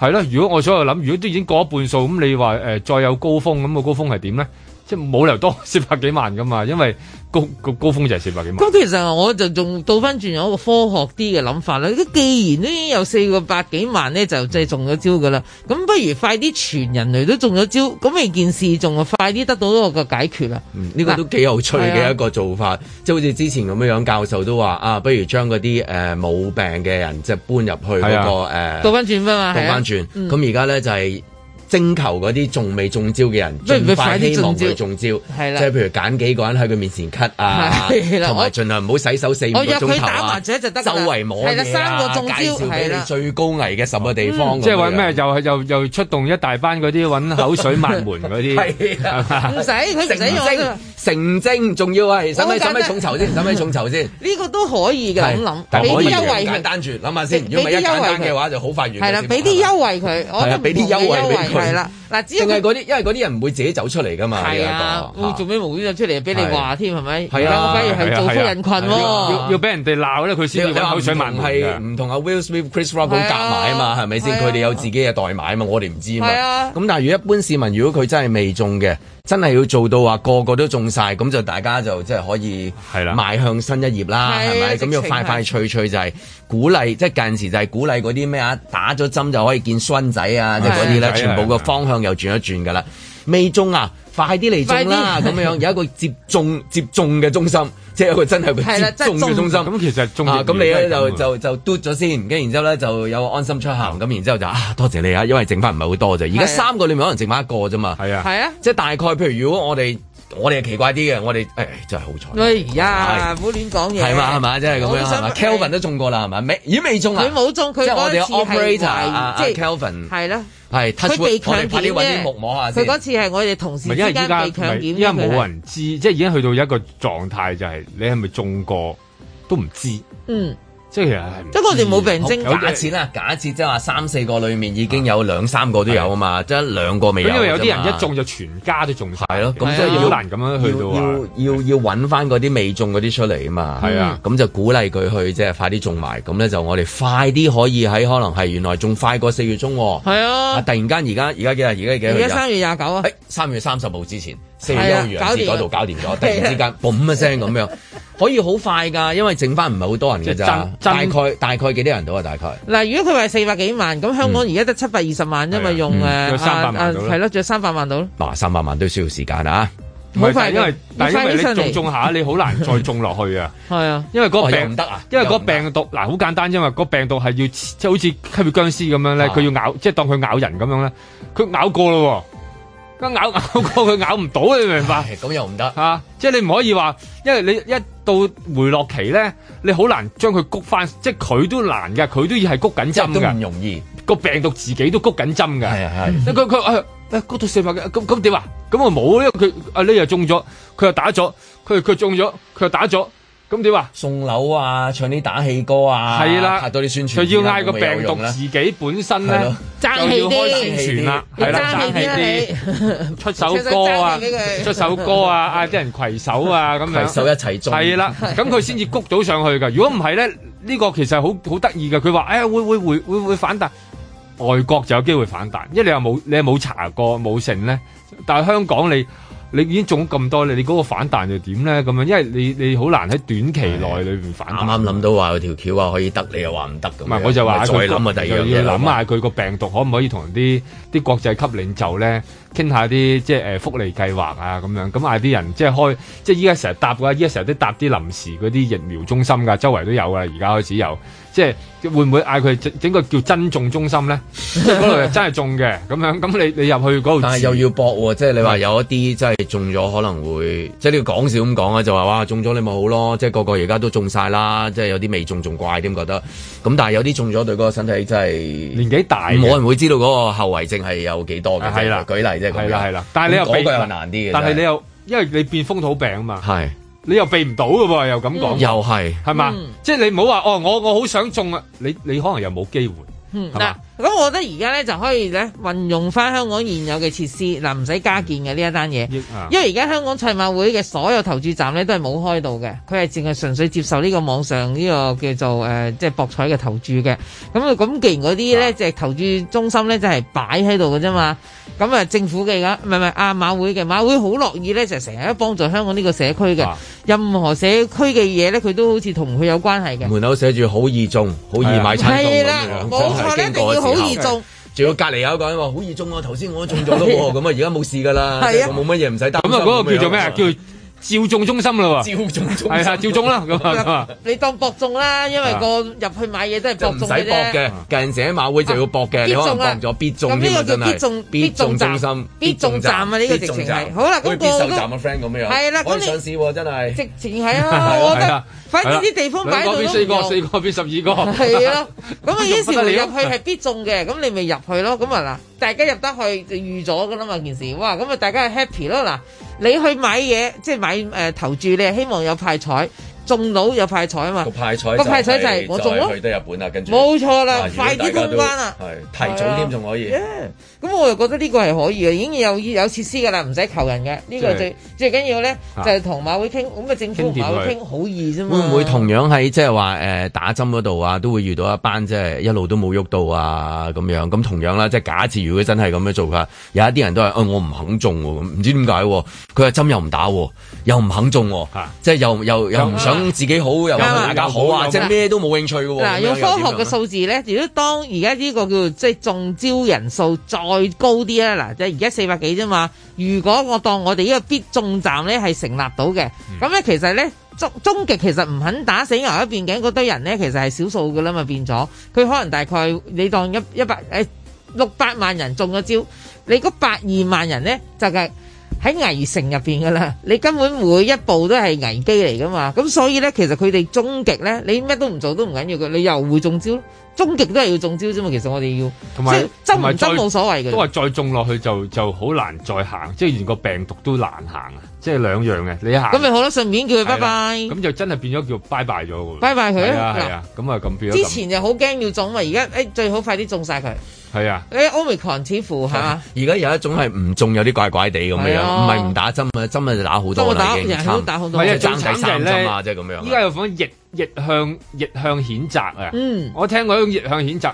係啦，如果我所以諗，如果都已經過咗半數，咁你話誒、呃再有高峰，咁、個高峰係點咧？ *laughs* 即係冇理由多四百幾萬㗎嘛，因為高個高峰就係四百幾
*laughs*
萬。
咁其實我就仲倒翻轉有一個科學啲嘅諗法啦。咁既然都已經有四個百幾萬咧，就即係中咗招噶啦，咁不如快啲全人類都中咗招，咁咪件事仲快啲得到一個解決啦。
嗯呢、個都幾有趣嘅一個做
啊
法，即係好似之前咁樣樣，教授都話啊，不如將嗰啲誒冇病嘅人即係搬入去嗰、
係啊
個、呃
倒翻轉翻嘛，
倒
係啊
翻轉。咁而家咧就係徵求嗰啲仲未中招嘅人，
不如
盡
快
快
啲
希望
中招
佢中招，
係啦
即係譬如揀幾個人喺佢面前咳啊，
係啦
同
我
埋盡量唔好洗手四五個
我約佢
鐘頭
打
啊
麻，雀就得㗎
周
啦
圍摸
係啦
嘢
三個
啊，
中招
介紹俾
係
你
啦
最高危嘅十個地方咁樣，
嗯即係話咩？又又又出動一大班嗰啲揾口水抹門嗰啲，
*laughs* 係啊
係嘛
唔使佢唔使用呢
成精，仲要係使唔使
好
使
簡
唔
單
使重籌先？使唔使重籌先？
個都可以嘅，
係
咁諗，
但
俾
係可
啲
以
優惠
簡
佢，
單住，諗下先。如果唔係一簡單嘅話，就好快完嘅節目。
係啦，俾啲優惠佢，我覺
係
得
啊，
唔
俾啲
同嘅
優惠俾佢。
係啦，嗱，只要
淨係
佢
嗰啲，因為嗰啲人唔會自己走出嚟噶嘛。
係啊
呢，一個
會做咩無端端出嚟俾你話添係咪？
係啊啊
而家我反而係造福人群
要
喎。
要俾人哋鬧咧，佢先
你
至
話
揾口水抹
唔
門
係
㗎。
唔同阿 Will Smith、Chris Rock 咁
係啊
夾埋啊嘛，係咪先？
係啊
佢哋有自己嘅代買啊嘛，我哋唔知啊
係啊
嘛。咁但係如果一般市民，如果佢真係未中嘅，真係要做到話個個都中晒，咁就大家就即係可以係啦，邁向新一頁啦，
係啊
係咪？
直情
咁要
係
快快脆脆就係鼓勵，即係近時就係鼓勵嗰啲咩啊，打咗針就可以見孫仔啊，即係嗰啲
係
咧，
啊
全部個方向又轉一轉㗎啦。未中啊，快啲嚟中啦！
快
咁
啲
樣有一個接種接種嘅中心，即係有一個真係 *laughs* 有個
係啦
接
真係
種嘅中心。
中咁其實中
啊，咁你
疫苗
咧
都係咁
就
㗎
就就嘟咗先，跟然之後咧就有安心出行，咁然之後就啊多謝你啊，因為剩翻唔係好多啫，而
係啊
家三個裏面可能剩翻一個啫嘛，係
啊
係啊，
即係大概譬如如果我哋我哋係奇怪啲嘅，我哋誒真係好彩。
喂，而家哎唔好亂講嘢。
係嘛係嘛，即係咁樣係嘛？Kelvin 都中過啦係嘛？未咦未中啊？
佢冇中，佢
即係我哋嘅
嗰次
operator
係
啊
懷疑即係
Kelvin
係啦，
係 touch
佢被
wood，我
強
哋快啲
檢
揾啲
啫。
木摸下
佢
先。
嗰次係我哋同事
唔係
之
因為
間
依家
被強檢啫，
因為冇
佢係
人知，即係已經去到一個狀態，就係你係咪中過都唔知，
嗯。
即係其實係唔知。
不過我哋冇病徵
好假設啦，假設即係話三四個裡面已經有兩三個都有啊嘛，即係兩個未有。
咁因為有啲人一中就全家都中
啊
晒，係咯
咁
即
所以
係好難咁樣去到啊話
要要要揾翻嗰啲未中嗰啲出嚟啊嘛，
嗯
係啊
咁就鼓勵佢去即係快啲中埋，咁咧就我哋快啲可以喺可能係原來仲快過四月中喎，
係啊
突然間而家而家幾日？而家幾
而
日？
家三月廿九啊，
三月三十號之前，四月
係啊
一月節嗰度搞
搞
掂
掂
咗，
咗啊
突然之間嘣一聲咁樣，可以好快㗎，因為剩翻唔係好多人㗎咋，
即
大
係真
概大概幾多人到啊？大概
嗱，如果佢話四百幾萬，咁香港而家得七百二十萬啫嘛，用
嗯
誒
有300萬
啊啊
到啦
係咯，仲有三百萬到咯。
嗱三百萬都需要時間啊，
唔係
好快
但係因為
嘅
但係因為
你快啲
你
上
中
嚟
中下，你好難再中落去啊。
係啊，
因為嗰個
哦又
病
唔得啊
因為嗰
又
個
唔得
病毒嗱好簡單啫嘛，嗰個病毒係要即係好似吸血僵屍咁樣咧，
啊
佢要咬，即係當佢咬人咁樣咧，佢咬過咯喎，咁咬 *laughs* 咬過佢咬唔到，你明唔明
啊
白？
咁又唔得
嚇，即係你唔可以話，因為你一到回落期咧，你好難將佢谷翻，即係佢都難㗎，佢都要係谷緊
即係
針
都
㗎，
唔容易。
個病毒自己都谷緊針㗎，
啊
係
係
佢佢誒誒谷到四百嘅，咁咁點啊？咁我冇，因為佢啊呢又中咗，佢又打咗，佢佢中咗，佢又打咗，咁點啊？
送樓啊，唱啲打氣歌啊，
係啦，
拍多啲宣傳
佢
片啊，
要嗌個
會唔會有
病毒
用咧
自己本身
係
咧
咯，
爭
就要
氣啲
開宣傳啦，
你
係啦，
爭氣啲啦
氣啲，出首歌啊
其實爭氣啲，佢
*laughs* 出首歌啊，嗌啲人攜手啊，咁樣
攜手一齊中
係啦，咁佢先至谷到上去㗎。如果唔係咧，呢個其實好好得意㗎。佢話：哎呀，會會會會會反彈。外國就有機會反彈，因為你又冇你又冇查過冇剩咧。但係香港你你已經中咗咁多，你你嗰個反彈又點咧？咁樣，因為你你好難喺短期內裏邊反
啱
彈。
啊啱諗到話有條橋啊，可以得，你又話唔得咁樣。
唔係，我就話
再
佢
諗啊，第二樣
就
嘢
要
啦
諗。下佢個病毒可唔可以同啲啲國際級領袖咧傾下啲即係誒呃福利計劃啊咁樣，咁嗌啲人即係開，即係依家成日搭㗎，依家成日都搭啲臨時嗰啲疫苗中心㗎，周圍都有㗎，而家開始有，即係會唔會嗌佢整整個叫真種中心咧？ *laughs* 即係嗰度又真係中嘅，咁樣咁你你入去嗰度，
但係又要搏喎，即係你話有一啲真係中咗可能會，即係你要講笑咁講啊，就話哇中咗你咪好咯，即係個個而家都中晒啦，即係有啲未中仲怪添覺得，咁但係有啲中咗對嗰個身體真係
年紀大嘅
冇人會知道嗰個後遺症係有幾多嘅。
係啦
舉例啫，咁樣
係啦係啦，但係你又
咁
避
嗰個又難啲嘅，
但係
真
你
係
又因為你變風土病啊嘛，
係
你又避唔到嘅喎，又咁講，
又係
係嘛？
嗯
即係你唔好話哦，我我好想中啊，你你可能又冇機會。
嗯
係
嗱
嘛，
咁我覺得而家咧就可以咧運用翻香港現有嘅設施，嗱唔使加建嘅呢一單嘢，
啊
因為而家香港賽馬會嘅所有投注站咧都係冇開到嘅，佢係淨係純粹接受呢個網上呢個叫做誒即係博彩嘅投注嘅。咁啊咁既然嗰啲咧即係投注中心咧就係擺喺度嘅啫嘛，咁啊政府嘅而家唔係唔係啊馬會嘅馬會好樂意咧就成日都幫助香港呢個社區嘅，任何社區嘅嘢咧佢都好似同佢有關係嘅。
門口寫住好易中，好
啊
易買餐餸
係
咁
啦
樣，
冇錯
真係
一定
經
要
過嘅時候
好易 *laughs* 中。
仲要隔離有一個人話好易中啊，頭先我都中咗咯喎，咁啊而家冇事㗎啦，
係啊
我冇乜嘢唔使擔
咁
心。
啊，嗰個叫做咩啊？
咁樣
叫照中中心啦喎，
照中中心
係啊，照中啦
*laughs*
咁啊咁啊，
你當博中啦，因為個入去買嘢都係
就
博
唔使
中
搏
嘅啫。
嘅，近陣時喺馬會就要搏嘅，你可能
啊必中啊
搏咗必中
咁呢
添啊，
個
真
叫必
係
中必中
中
站
心、
必中站啊！呢個直
必
情
中站
係好啦，
好似
咁個
必受
都
站嘅 friend 咁樣，
係啦，
我
咁
哋上市
你
喎，真係
直情係啊！我覺
係
得
啦
反正
係啦
啲地方擺到
兩個變
都唔
四個，
用
四個變十二個， *laughs*
係咯，咁啊於是乎
仲不得
入
了
去係必中嘅，咁你咪入去咯。咁啊嗱，大家入得去就預咗噶啦嘛件事，哇！咁啊大家係 happy 咯嗱。你去買嘢即係買誒、呃投注，你係希望有派彩，中到有派彩啊嘛。
個派彩
個派彩就係我中咯
就係去得日本啦，跟住
冇錯啦
啊如果
快啲
大家都
通關啦啊
係提早添仲可以。
Yeah，咁我又覺得呢個係可以嘅，已經有有設施㗎啦，唔使求人嘅。呢、
即
個
係
最最緊要咧
啊
就係同馬會傾，咁啊政府同馬會傾好易啫嘛。
會唔會同樣喺即係話誒打針嗰度啊，都會遇到一班即係一路都冇喐到啊咁樣？咁同樣啦，即係假設如果真係咁樣做法，有一啲人都係，誒我唔肯中喎，咁唔知點解喎，佢話針又唔打喎，又唔肯中喎，即係又又又唔想自己好，又唔想大家好啊，即係咩都冇興趣嘅喎。
嗱，用科
啊
學嘅數字咧，如果當而家呢個叫做即係中招人數再高啲啦，嗱，即係而家四百幾啫嘛。如果我當我哋呢個必中站咧係成立到嘅，咁咧其實咧終終極其實唔肯打死牛一邊頸嗰堆人咧，其實係少數噶啦嘛，變咗佢可能大概你當一一百誒六百萬人中咗招，你嗰百二萬人咧就係、喺危城入邊噶啦，你根本每一步都係危機嚟噶嘛，咁所以咧，其實佢哋終極咧，你乜都唔做都唔緊要嘅，你又會中招，終極都係要中招啫嘛。其實我哋要，
同埋
即係
同埋
針唔針
再
冇所謂
都話
嘅。
再種落去就就好難再行，即係連個病毒都難行啊！即係兩樣嘅，你行
咁咪好咯，順便叫佢拜拜。
咁就真係變咗叫拜拜咗喎。
拜拜佢
係
啊
啊係啊，咁啊咁變咗
之
咁。
前就好驚要中嘛，而家誒最好快啲中晒佢。
係啊。
你 Omicron 似乎係嘛？
而家有一種係唔中有啲怪怪地咁
係
樣，唔
啊
係唔打針啊，針啊就打好多啦已經，
針啊打人都打好多
唔係啊，
即係
最
爭第
慘就係
三針啊，即
咧
係咁樣。
依家有份逆逆向逆向譴責啊！
嗯
我聽過一種逆向譴責，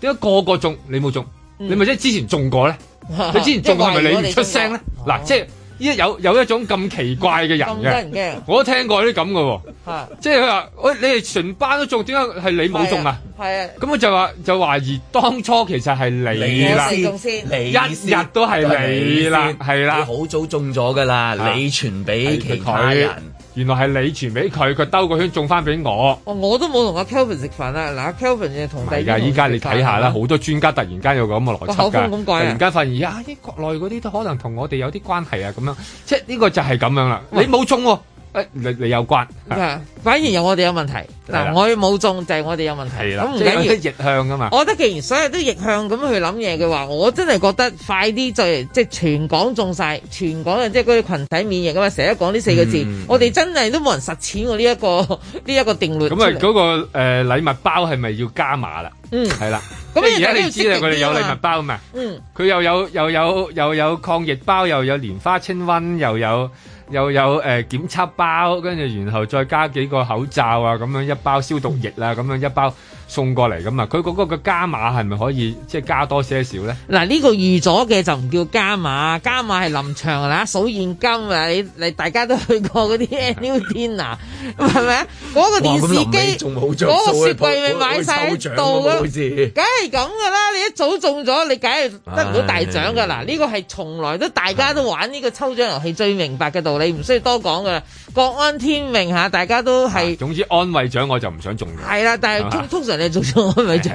點解個個中你冇中？你咪即係之前中過咧？你之前中過係咪你唔出聲咧？嗱，即係依家有有一種咁奇怪嘅
咁得
人
人
嘅，
驚
我都聽過有啲咁嘅喎。
嚇
即係佢話：喂，你哋全班都中，點解係你冇中啊？
係啊，
咁我就話就懷疑當初其實係你啦，
你中先
你
一日都係你啦，係啦，
好早中咗噶啦你傳俾其他人，
原來係你傳俾佢，佢兜個圈中翻俾我。
哦我都冇同阿 Kelvin 食飯啦，嗱 Kelvin 就同
唔
第
係
二
㗎，
個
哎依家你
同事
睇下啦，
食飯
好多專家突然間有個咁嘅邏
哇口
輯
風
㗎，
咁
突
怪啊
然間發現啊，啲國內嗰啲都可能同我哋有啲關係啊，咁樣，即係呢個就係咁樣啦。你冇中喎，誒你你有關，
啊反而有我哋有問題。
係
嗱，
啦
我冇中就係我哋有問題。
係
咁
啦
唔，
即係
緊
有
要哦
啲。逆向㗎嘛。
我覺得既然所有都逆向咁去諗嘢嘅話，我真係覺得快啲就即係全港中晒，全港啊即係嗰啲群體免疫啊嘛，成日講呢四個字，
嗯
我哋真係都冇人實踐過呢、一個呢一個定律出
咁啊，
嚟。
嗰個誒禮物包係咪要加碼啦？
嗯
係啦。
咁
咁
你
而家
就要
你知啦，
積極
佢哋有
啲啊嘛
禮物包嘛？
嗯，
佢又有又有又有抗疫包，又有蓮花清瘟，又有又有誒、呃、檢測包，跟住然後再加幾個口罩啊，咁樣一包消毒液啊，咁樣一包送過嚟咁啊。佢嗰個嘅加碼係咪可以即係加多些少咧？
嗱呢個預咗嘅就唔叫加碼，加碼係臨場啦，數現金啊！你你大家都去
*laughs*
過嗰啲 annual dinner 係咪啊？嗰、個電視機
仲好着
嗰個
數
雪櫃咪買晒喺度啊
好！似
梗係咁噶啦，你一早中咗，你梗係得唔到大獎噶啦。
唉
呢個係從來都大家都玩呢個抽獎遊戲最明白嘅道理，唔需要多講噶啦。國安天命下，大家都係
啊總之安慰獎我就唔想中嘅。
係啦，
啊
但係通通常你中咗安慰獎，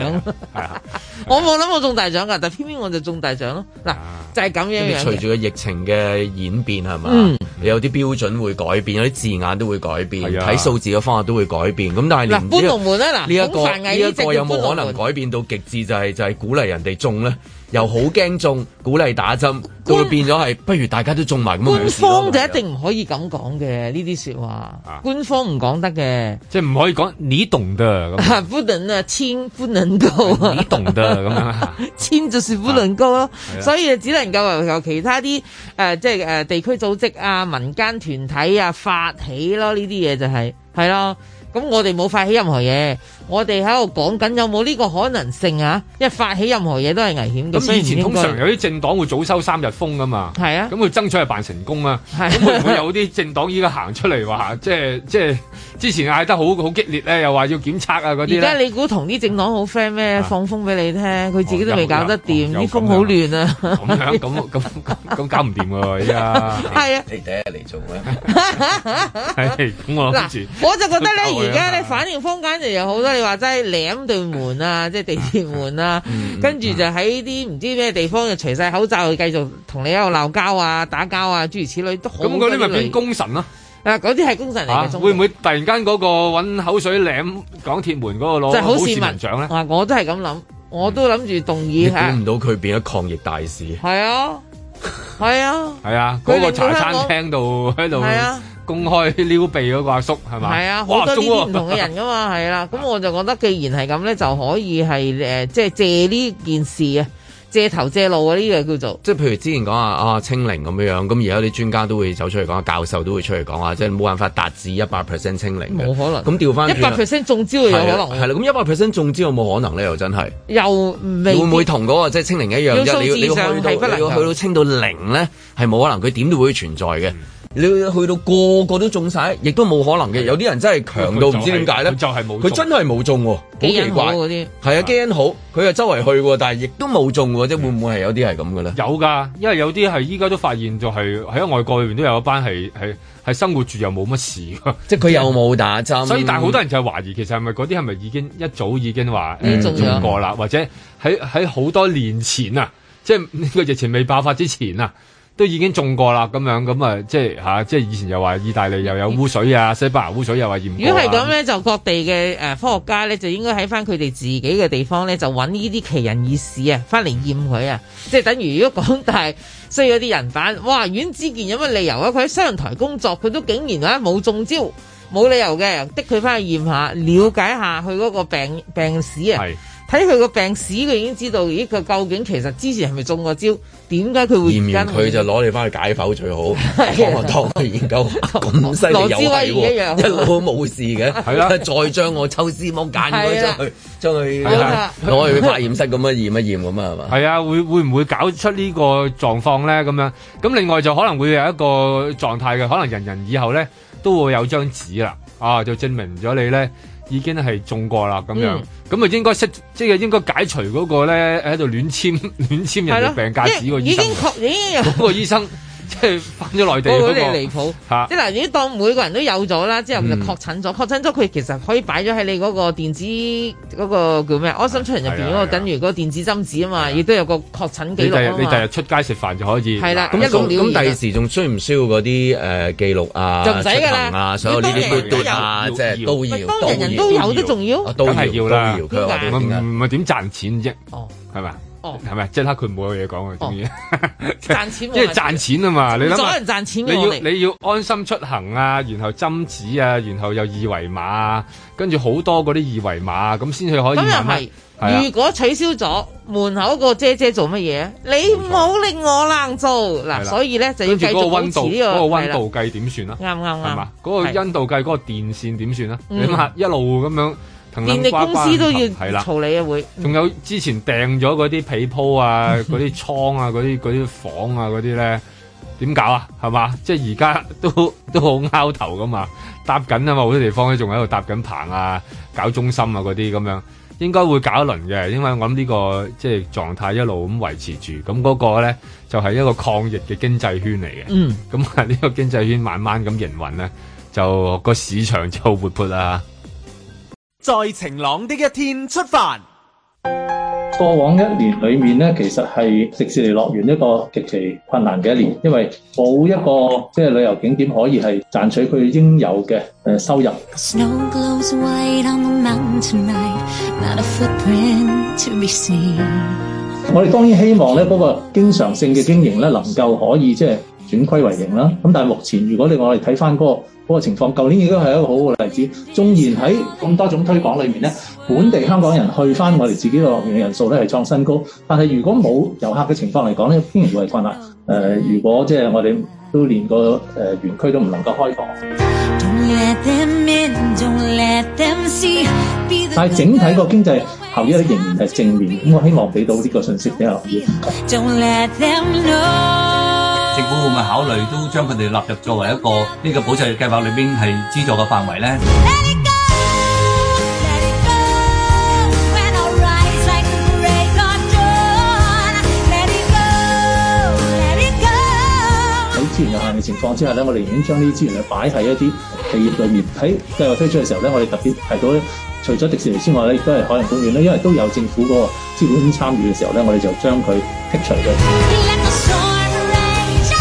係啊，
*laughs* 我冇諗我中大獎噶，但偏偏我就中大獎咯。嗱，就係咁樣樣
隨啊
嘅。
住個疫情嘅演變係嘛
嗯，
你有啲標準會改變，有啲字眼都會改變，
係啊
睇數字嘅方法都會改變。咁但係連
嗱，搬龍門啦，嗱，
呢一
孔
個
繁
呢
毅呢
一
隻
個有
叫搬
冇可
龍
能
門。
改變到極致？就係就係鼓勵人哋中咧，又好驚中，鼓勵打針，到到變咗係不如大家都中埋咁啊
官
冇事咯
方就一定唔可以咁講嘅呢啲説話，官方唔講得嘅。
即係唔可以講你懂得咁，
啊，不能啊，千不能夠啊，
你懂得咁樣啊。
千就是不能夠咯
係，啦
所以只能夠由其他啲誒、呃即係誒、呃地區組織啊、民間團體啊發起咯，呢啲嘢就係係咯。咁我哋冇發起任何嘢，我哋喺度講緊有冇呢個可能性啊？因為發起任何嘢 *laughs* 都係危險嘅，所
咁以
以唔
前
應
通
該
常有啲政黨會早收三日風噶嘛，
係啊
咁佢爭取係辦成功啊，
係啊
咁會唔會有啲政黨依家行出嚟話，即係即係之前嗌得好好激烈咧，又話要檢測啊嗰啲
而家
咧？
你估同啲政黨好 friend 咩？放風俾你聽，佢自己都未搞得掂，
哦有
啲風好亂啊！
咁樣咁咁咁咁搞唔掂㗎喎，依
*laughs*
家
係啊
你第一日嚟做咩？
係咁我諗
*laughs* 嗱
住，，
我就覺得
都夠
咧，
嘅
而家咧反應坊間就有好多你話齋舐對門
*laughs*
啊，即係地鐵門啊，
嗯
跟住就喺啲唔知咩地方就除晒口罩，繼續同你喺度鬧交啊、打交啊，諸如此類都好。
咁嗰啲咪變功臣咯？
啊，嗰啲係功臣嚟
啊
嘅，中
會唔會突然間嗰個揾口水舐港鐵門嗰個攞
就係好市民
獎咧？
啊，我都係咁諗，我都諗住動
你
議
估
下
唔，到佢變咗抗疫大使。
係啊，係啊，
係啊，
佢
嗰
令
個
到
茶餐
香港
廳度喺度
係啊
公開撩鼻嗰個阿叔係嘛？
係啊，
哇
好多呢
中喎
啲唔同嘅人噶嘛，係
*laughs*
啦。咁我就覺得，既然係咁咧，就可以係誒，呃即係借呢件事啊，借頭借路啊，呢個叫做。
即係譬如之前講啊啊清零咁樣樣，咁而家啲專家都會走出嚟講，教授都會出嚟講話，即係冇辦法達至一百 percent 清零嘅。
冇可能
咁調翻
一百 percent 中招有可能喎
係啊啦，咁一百 percent 中招有冇可能咧？又真係。
又未
會
必
唔會同嗰個即係清零一樣
要
啫？你要
數
你要
字上
去到
係不能
你要
夠
去到清到零咧，係冇可能，佢點都會存在嘅。你要去到個個都中晒，亦都冇可能
啊
嘅。有啲人真係強到唔知點解咧，
佢就係冇中
佢真係冇中喎，好
基因
奇怪
好嗰啲
係啊，基因好，佢又周圍去喎，但係亦都冇中喎，即係會唔會係有啲係咁嘅咧？
有㗎，因為有啲係依家都發現就係喺外國裏邊都有一班係係係生活住又冇乜事㗎，
即係佢又冇打針，
所以但係好多人就係懷疑其實係咪嗰啲係咪已經一早已經話
嗯
誒
中咗
中過啦，或者喺喺好多年前啊，即係呢個疫情未爆發之前啊。都已經中過啦，咁樣咁啊，即係嚇、即係以前又話意大利又有污水啊，西班牙污水又話驗過
如果係咁
咧，
咧，就各地嘅誒科學家咧，就應該喺翻佢哋自己嘅地方咧，就揾呢啲奇人異事啊，翻嚟驗佢啊，即係等於如果港大需要啲人版，哇！阮之健有乜理由啊？佢喺商台工作，佢都竟然啊冇中招，冇理由嘅，的佢翻去驗下，了解下佢嗰個病病史啊。睇佢個病史，佢已經知道，咦？佢究竟其實之前係咪中過招？點解佢會
驗完
跟
佢就攞你翻去解剖最好，
係啊
當我當去研究咁犀利
羅
又
志威
係
一樣
喎，一路都冇事嘅，
係啦
再將我抽絲剝繭咁樣
係啦
將佢將佢
係啦
攞去化驗室咁樣驗一驗咁啊，係嘛？
係啊，會會唔會搞出呢個狀況咧？咁樣咁另外就可能會有一個狀態嘅，可能人人以後咧都會有張紙啦，啊就證明咗你咧已經係中過啦咁樣
嗯，
咁啊、應該識即係應該解除嗰個咧喺度亂簽 *laughs* 亂簽
係
人哋
咯
病假紙個醫
已
生
經，確已經有
*laughs* 嗰個醫生即係翻咗內地
嗰
嗰
個
個
真係離譜
嚇
即係嗱，如果當每個人都有咗啦，之後就
嗯
確診咗，確診咗佢其實可以擺咗喺你嗰個電子嗰個叫咩安心出行入邊嗰
係啊係啊
個，等於嗰個電子針紙啊嘛，亦都有個確診記
你第
錄
日
啊
你第
嘛
日。出街食飯就可以
係啦
嗱
一路了
咁
然啊
第時仲需唔需要嗰啲誒記錄啊、
就唔使㗎啦
出行啊，所有呢啲
要當
嘟
然
嘟啊，
有
即係都要，
當人人都有都仲要，
啊都
梗
要
係要啦，
都要佢話
唔
點解
唔係啊點賺錢啫？
哦，
係咪？
哦
係咪？即刻佢冇嘢講啊，中 *laughs* 意
賺錢
因
冇
為
問題
賺錢啊嘛，你諗
唔阻
下
人賺錢
你
嘅
要
我哋。
你要安心出行啊，然後針紙啊，然後又二維碼啊，跟住好多嗰啲二維碼啊咁先至可以
咁
慢
又
慢
係，
係啊
如果取消咗門口個姐姐做乜嘢？你唔好令我冷做
係
嗱，
啦
所以咧就要
跟住
繼
嗰個
續保
温
持
度，
呢
嗰個
個係
温
啦
度計點算啊？
啱啱
係嘛
啱？，
嗰個
係
温度計嗰個電線點算啊？
嗯
你諗下一路咁樣騰
電
騰
力
呱
公
呱
司都
係啦
要嘈你啊會。
仲有之前訂咗嗰啲被鋪
*laughs*
啊、嗰啲倉啊、嗰啲嗰啲房啊嗰啲咧，點搞啊？係嘛？即係而家都都好拗頭噶嘛，搭緊啊嘛，好多地方都仲喺度搭緊棚啊、搞中心啊嗰啲咁樣，應該會搞一輪嘅，因為我諗呢、個即係狀態一路咁維持住，咁嗰個咧就係、一個抗疫嘅經濟圈嚟嘅。
嗯，
咁啊呢個經濟圈慢慢咁營運咧，就個市場就活潑啦。
在晴朗的一天出發。
過往一年裏面咧，其實係迪士尼樂園一個極其困難嘅一年，因為冇一個即係旅遊景點可以係賺取佢應有嘅誒收入。
Snow glows white on the mountain tonight, not a footprint to be seen.
我哋當然希望咧嗰個經常性嘅經營咧，能夠可以即係轉虧為盈啦。咁但係目前如果你我哋睇翻嗰個嗰個情況，舊年亦都係一個好好嘅例子。縱然喺咁多種推廣裏面咧，本地香港人去翻我哋自己嘅樂園嘅人數咧係創新高，但係如果冇遊客嘅情況嚟講咧，依然會係困難。誒、如果即係我哋都連個誒園區都唔能夠開放。
Don't let them in, don't let them see. Be the
但係整體個經濟效益仍然係正面，咁我希望俾到呢個信息俾我。
don't let them know.
政府會唔會考慮都將佢哋納入作為一個呢個保就業計劃裏邊係資助嘅範圍咧？
When I rise like the break of dawn, let it go, let it go.
喺資源有限嘅情況之下咧，我哋寧願將呢啲資源去擺喺一啲企業裏面。喺計劃推出嘅時候咧，我哋特別提到咧，除咗迪士尼之外咧，亦都係海洋公園咧，因為都有政府嗰個資本參與嘅時候咧，我哋就將佢剔除嘅。
Let the storm rage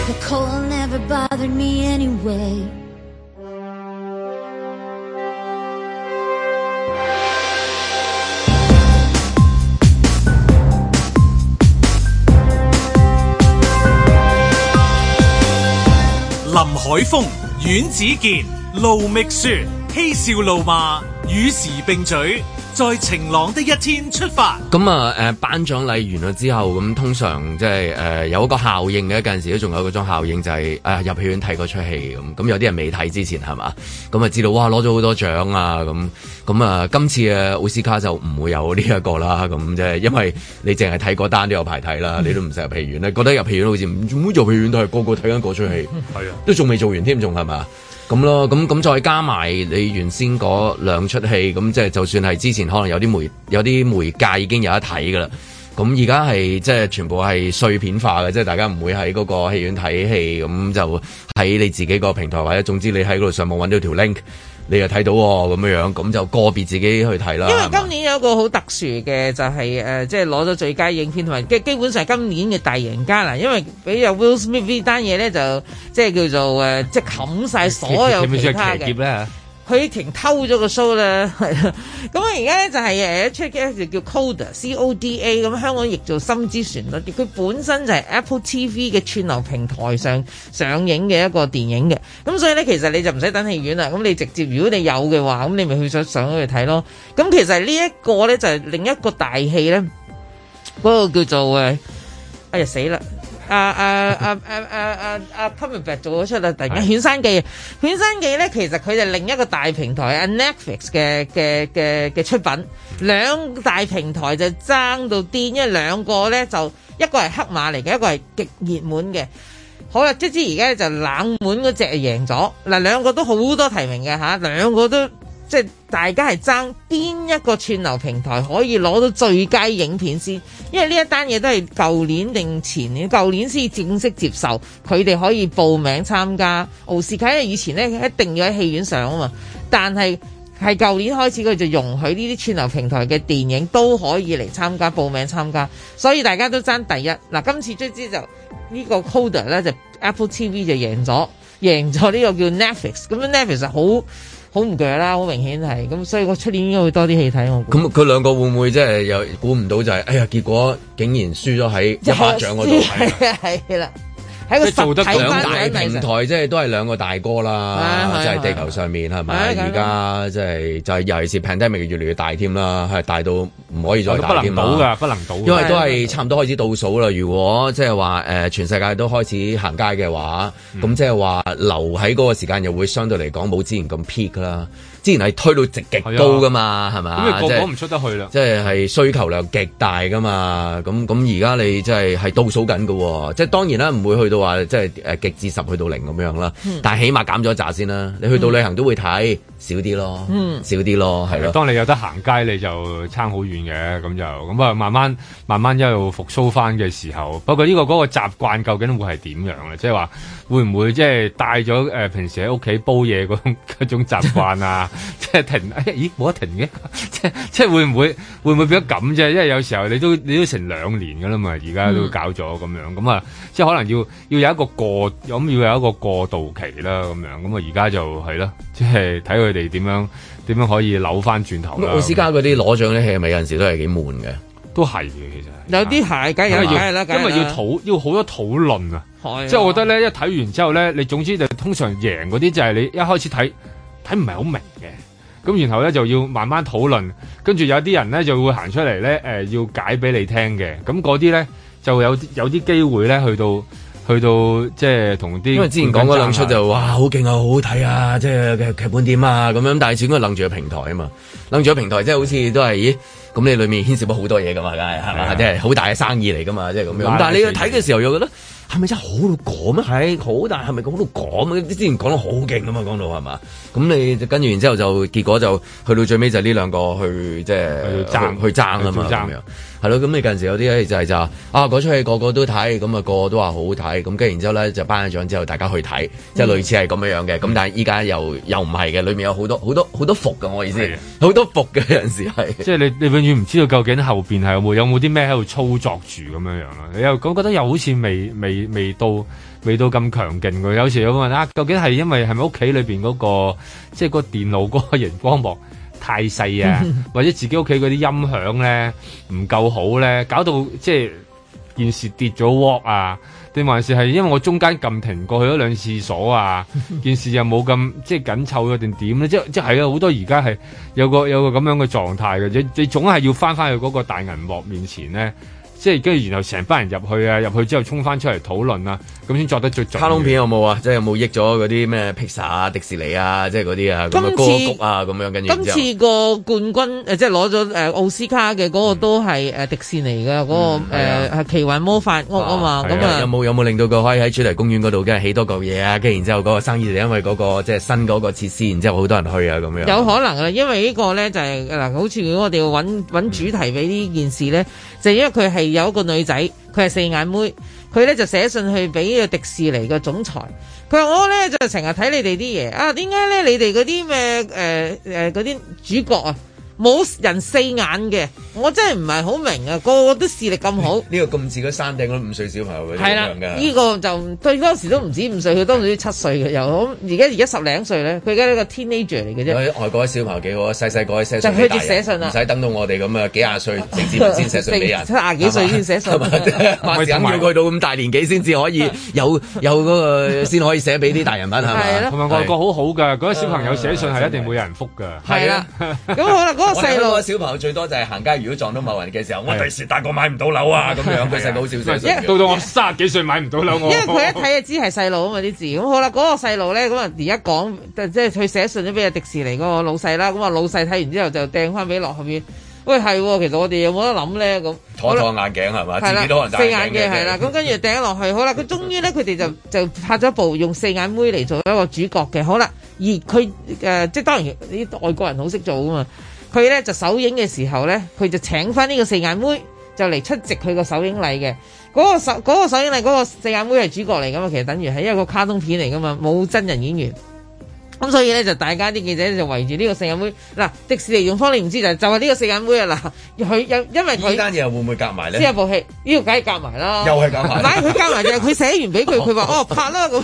on. The cold never bothered me anyway.
林海峰、阮子健、路觅雪，嬉笑怒罵，與時並舉，在晴朗的一天出發。
咁啊誒頒獎禮完咗之後，咁通常即係誒有一個效應嘅，有陣時都仲有嗰種效應就係、啊入戲院睇嗰出戲咁，咁有啲人未睇之前係嘛，咁啊知道哇攞咗好多獎啊咁，咁啊今次嘅奧斯卡就唔會有呢一個啦，咁即係因為你淨係睇嗰單都有排睇啦，你都唔使入戲院咧，覺得入戲院好似唔做咩入戲院都係個個睇緊嗰出戲，
係啊。
都仲未做完添，仲係嘛？咁咯，咁咁再加埋你原先嗰兩出戲，咁即係就算係之前可能有啲媒有啲媒介已經有得睇噶啦。咁而家係即係全部係碎片化嘅，即係大家唔會喺嗰個戲院睇戲，咁就喺你自己個平台或者總之你喺嗰度上網揾到條 link，你就睇到喎咁樣樣，咁就個別自己去睇啦。
因為
係嘛
今年有一個好特殊嘅就係、呃即係攞咗最佳影片同埋基基本上係今年嘅大贏家啦。因為俾阿 Will Smith 呢單嘢咧就即係叫做誒即係冚晒所有
你咪
其
算
他
係騎劫
嘅。
咧？
佢已經偷咗個 show 啦， *laughs* 係啦。咁啊而家咧就係呃誒一出嘅就叫 Coda C O D A，咁香港譯做心之旋律。佢本身就係 Apple TV 嘅串流平台上上映嘅一個電影嘅。咁所以咧，其實你就唔使等戲院啦。咁你直接如果你有嘅話，咁你咪去上上嗰度睇咯。咁其實呢一個咧就係另一個大戲咧，嗰、個叫做誒，哎呀死啦！啊啊啊啊啊啊啊 c o m i n b a c 做咗出啦，突然間《犬山記》啊，《犬山記》咧其實佢就另一個大平台啊 Netflix 嘅嘅嘅嘅出品，兩大平台就爭到癲，因為兩個咧就一個係黑馬嚟嘅，一個係極熱門嘅。好啦，即之而家就冷門嗰只贏咗，嗱兩個都好多提名嘅吓，兩個都即係大家係爭邊一個串流平台可以攞到最佳影片先，因為呢一單嘢都係舊年定前年，舊年先正式接受佢哋可以報名參加奧斯卡，因為以前咧一定要喺戲院上啊嘛，但係。係舊年開始，佢就容許呢啲串流平台嘅電影都可以嚟參加報名參加，所以大家都爭第一。嗱，今次卒之就呢、個 coder 咧就 Apple TV 就贏咗，贏咗呢個叫 Netflix。咁樣 Netflix 就好好唔鋸啦，好明顯係咁，所以我出年應該會多啲戲睇我估。
咁佢兩個會唔會即係又估唔到就係、哎呀，結果竟然輸咗喺一巴掌嗰度？啊
係係啦，喺個
即係
實
做得
體
兩
頒
大
獎
平
禮上
台，即係都係兩個大哥啦
啊，係
即係
係
地球上面係咪？
係
而家即係就係尤其是 pandemic 越嚟越大添啦，係大到唔可以再
不
大添
能倒噶，
啦
不能倒㗎。
因為都係差唔多開始倒數啦。如果即係話誒全世界都開始行街嘅話，
嗯
咁即係話留喺嗰個時間又會相對嚟講冇之前咁 peak 啦。之前係推到直極高噶嘛，係咪
啊咁
啊？
你
即
個
係
個唔出得去啦。
即係係需求量極大噶嘛，咁咁而家你即係係倒數緊嘅喎，即係當然啦，唔會去到話即係誒極至十去到零咁樣啦，
嗯
但係起碼減咗一紮先啦。你去到
嗯
旅行都會睇少啲咯，
嗯
少啲咯，係咯。
當你有得行街，你就差好遠嘅，咁就咁啊，慢慢慢慢一路復甦翻嘅時候，不過呢、個嗰、個習慣究竟會係點樣咧？即係話會唔會即係帶咗誒平時喺屋企煲嘢嗰種 *laughs* 嗰種習慣啊？ *laughs* 即係停，哎呀咦冇得停嘅， *laughs* 即係即係會唔會會唔會變咗咁啫？因為有時候你都你都成兩年㗎啦嘛，而家都
嗯
搞咗咁樣，咁啊，即係可能要要有一個過咁要有一個過渡期啦，咁樣咁啊，而家就係啦，即係睇佢哋點樣點樣可以扭翻轉頭
咁
啦。
奧斯卡嗰啲攞獎啲戲咪有陣時都係幾悶嘅，
都係嘅其實。
有啲
啊
係，梗
因
係有
為
梗
要
係啦，梗
因
係
為要
啦
討要好多討論啊。
係啊
即係我覺得咧，一睇完之後咧，你總之就通常贏嗰啲就係你一開始睇睇唔係好明嘅，咁然後咧就要慢慢討論，跟住有啲人咧就會行出嚟咧誒要解俾你聽嘅，咁嗰啲咧。就就有啲有啲機會咧去到去到即係同啲
因為之前講嗰兩出就哇好勁啊，好好睇啊，即係劇劇本點啊咁樣，但係始終係楞住個平台啊嘛，楞住個平台即係好似都係咦。咁你裏面牽涉到好多嘢噶嘛，梗係係
啊
嘛，即係好大嘅生意嚟噶嘛，即係咁樣。咁但係你去睇嘅時候又覺得係咪真係好到咁啊？係好大，係咪好到咁啊？之前講得好勁噶嘛，講到係嘛？咁你就跟住然之後就結果就去到最尾就呢兩個去即係
去爭
去爭啊嘛
去
咁
爭
樣。係咯，咁你近時有啲咧就係就話啊嗰出戲個個都睇，咁啊個個都話好好睇，咁跟住然之後咧就頒咗獎之後大家去睇，即係
嗯
類似係咁樣樣嘅。咁但係依家又又唔係嘅，裏面有好多好多好多伏嘅，我意思好多伏嘅有陣時係。
*laughs*
即係你你永遠唔知道究竟後邊係有冇有冇啲咩喺度操作住咁樣樣啦。你又講覺得又好似未未未到未到咁強勁嘅。有時有問啊，究竟係因為係咪屋企裏邊嗰個即係個電腦嗰個熒光幕太細啊，或者自己屋企嗰啲音響咧唔夠好咧，搞到即係。件事跌咗鑊啊？定還是係因為我中間撳停過去咗兩次廁所啊？件事又冇咁即係緊湊咗定點咧？即即係啊！好多而家係有個有個咁樣嘅狀態嘅，你你總係要翻翻去嗰個大銀幕面前咧，即係跟住然後成班人入去啊，入去之後衝翻出嚟討論啊，咁先作得最準。
卡通片有冇啊？即係有冇益咗嗰啲咩 Pixar 啊、迪士尼啊，即係嗰啲啊咁啊
今次
歌曲啊咁樣，跟住然
今
之後
次個冠軍呃誒，即係攞咗誒奧斯卡嘅嗰個都係誒迪士尼嘅
嗯
嗰個誒係奇幻魔法屋啊嘛，咁
有
啊
冇有冇令到佢可以喺主題公園嗰度跟住起多嚿嘢啊？跟住然之後嗰個生意就因為嗰個即係新嗰個設施，然之後好多人去啊咁樣。
有可能啦，因為呢個咧就係嗱，好似如果我哋要揾揾主題俾呢件事咧，就因為佢係有一個女仔，佢係四眼妹，佢咧就寫信去俾個迪士尼嘅總裁，佢話我咧就成日睇你哋啲嘢啊，點解咧你哋嗰啲咩誒誒嗰啲主角啊冇人四眼嘅，我真係唔係好明啊，個個都視力咁好。
呢個咁似嗰山頂嗰啲五歲小朋友嗰啲
係啦，
咁樣㗎
呢個就唔對當時都唔止五歲，佢當時都七歲嘅又咁。而家而家十零歲咧，佢而家呢個 teenager 嚟嘅
有
啫。
啲外國啲小朋友幾好啊，細細個啲寫信
就
俾
佢
大
哋
人，
寫信啦
唔使等到我哋
*laughs*
咁啊幾廿歲成市民先寫信俾人，
成 *laughs* 七廿幾歲先寫信
*laughs*
係嘛係嘛或者要佢到咁大年紀先至可以有有嗰個先可以寫俾啲大人物係
係
嘛？
咯
同埋外國好好㗎，嗰啲小朋友寫信係一定會有人覆㗎。
係
啊
啦，
咁好啦， *laughs* 嗰個
我哋
細
香
路
港嘅小朋友最多就係行街，如果撞到某人嘅時候，我第時大個買唔到樓啊咁樣，佢細個好少寫信嘅。
到到我三十幾歲買唔到樓，
因
我
為佢一睇就知係細路啊嘛啲字，咁好啦，嗰、個細路咧，咁啊而家講即係佢寫信咗俾阿迪士尼嗰個老細啦，咁啊老細睇完之後就掟翻俾落後面，喂係喎，其實我哋有冇得諗咧咁？
妥妥眼鏡係嘛？
係
自己都可能戴
四眼嘅
鏡
係啦，咁跟住掟落去，好啦，佢終
*laughs*
於咧佢哋就就拍咗部用四眼妹嚟做一個主角嘅，好啦，而佢誒、呃即係當然啲外國人好識做啊噶嘛，佢咧就首映嘅時候咧，佢就請翻呢個四眼妹就嚟出席佢個首映禮嘅。嗰、
*laughs*
個首嗰、個首映禮嗰個四眼妹係主角嚟噶嘛，其實等於係一個卡通片嚟噶嘛，冇真人演員。咁所以咧就大家啲記者就圍住呢個四眼妹，嗱迪士尼用方你唔知就係就係呢個四眼妹啊嗱，佢因因為佢
呢單嘢會唔會夾埋咧？
先有部戲，呢個梗係夾埋啦，
又係夾埋
唔係佢夾埋就係佢寫完
*laughs*
俾佢，佢話哦拍啦咁，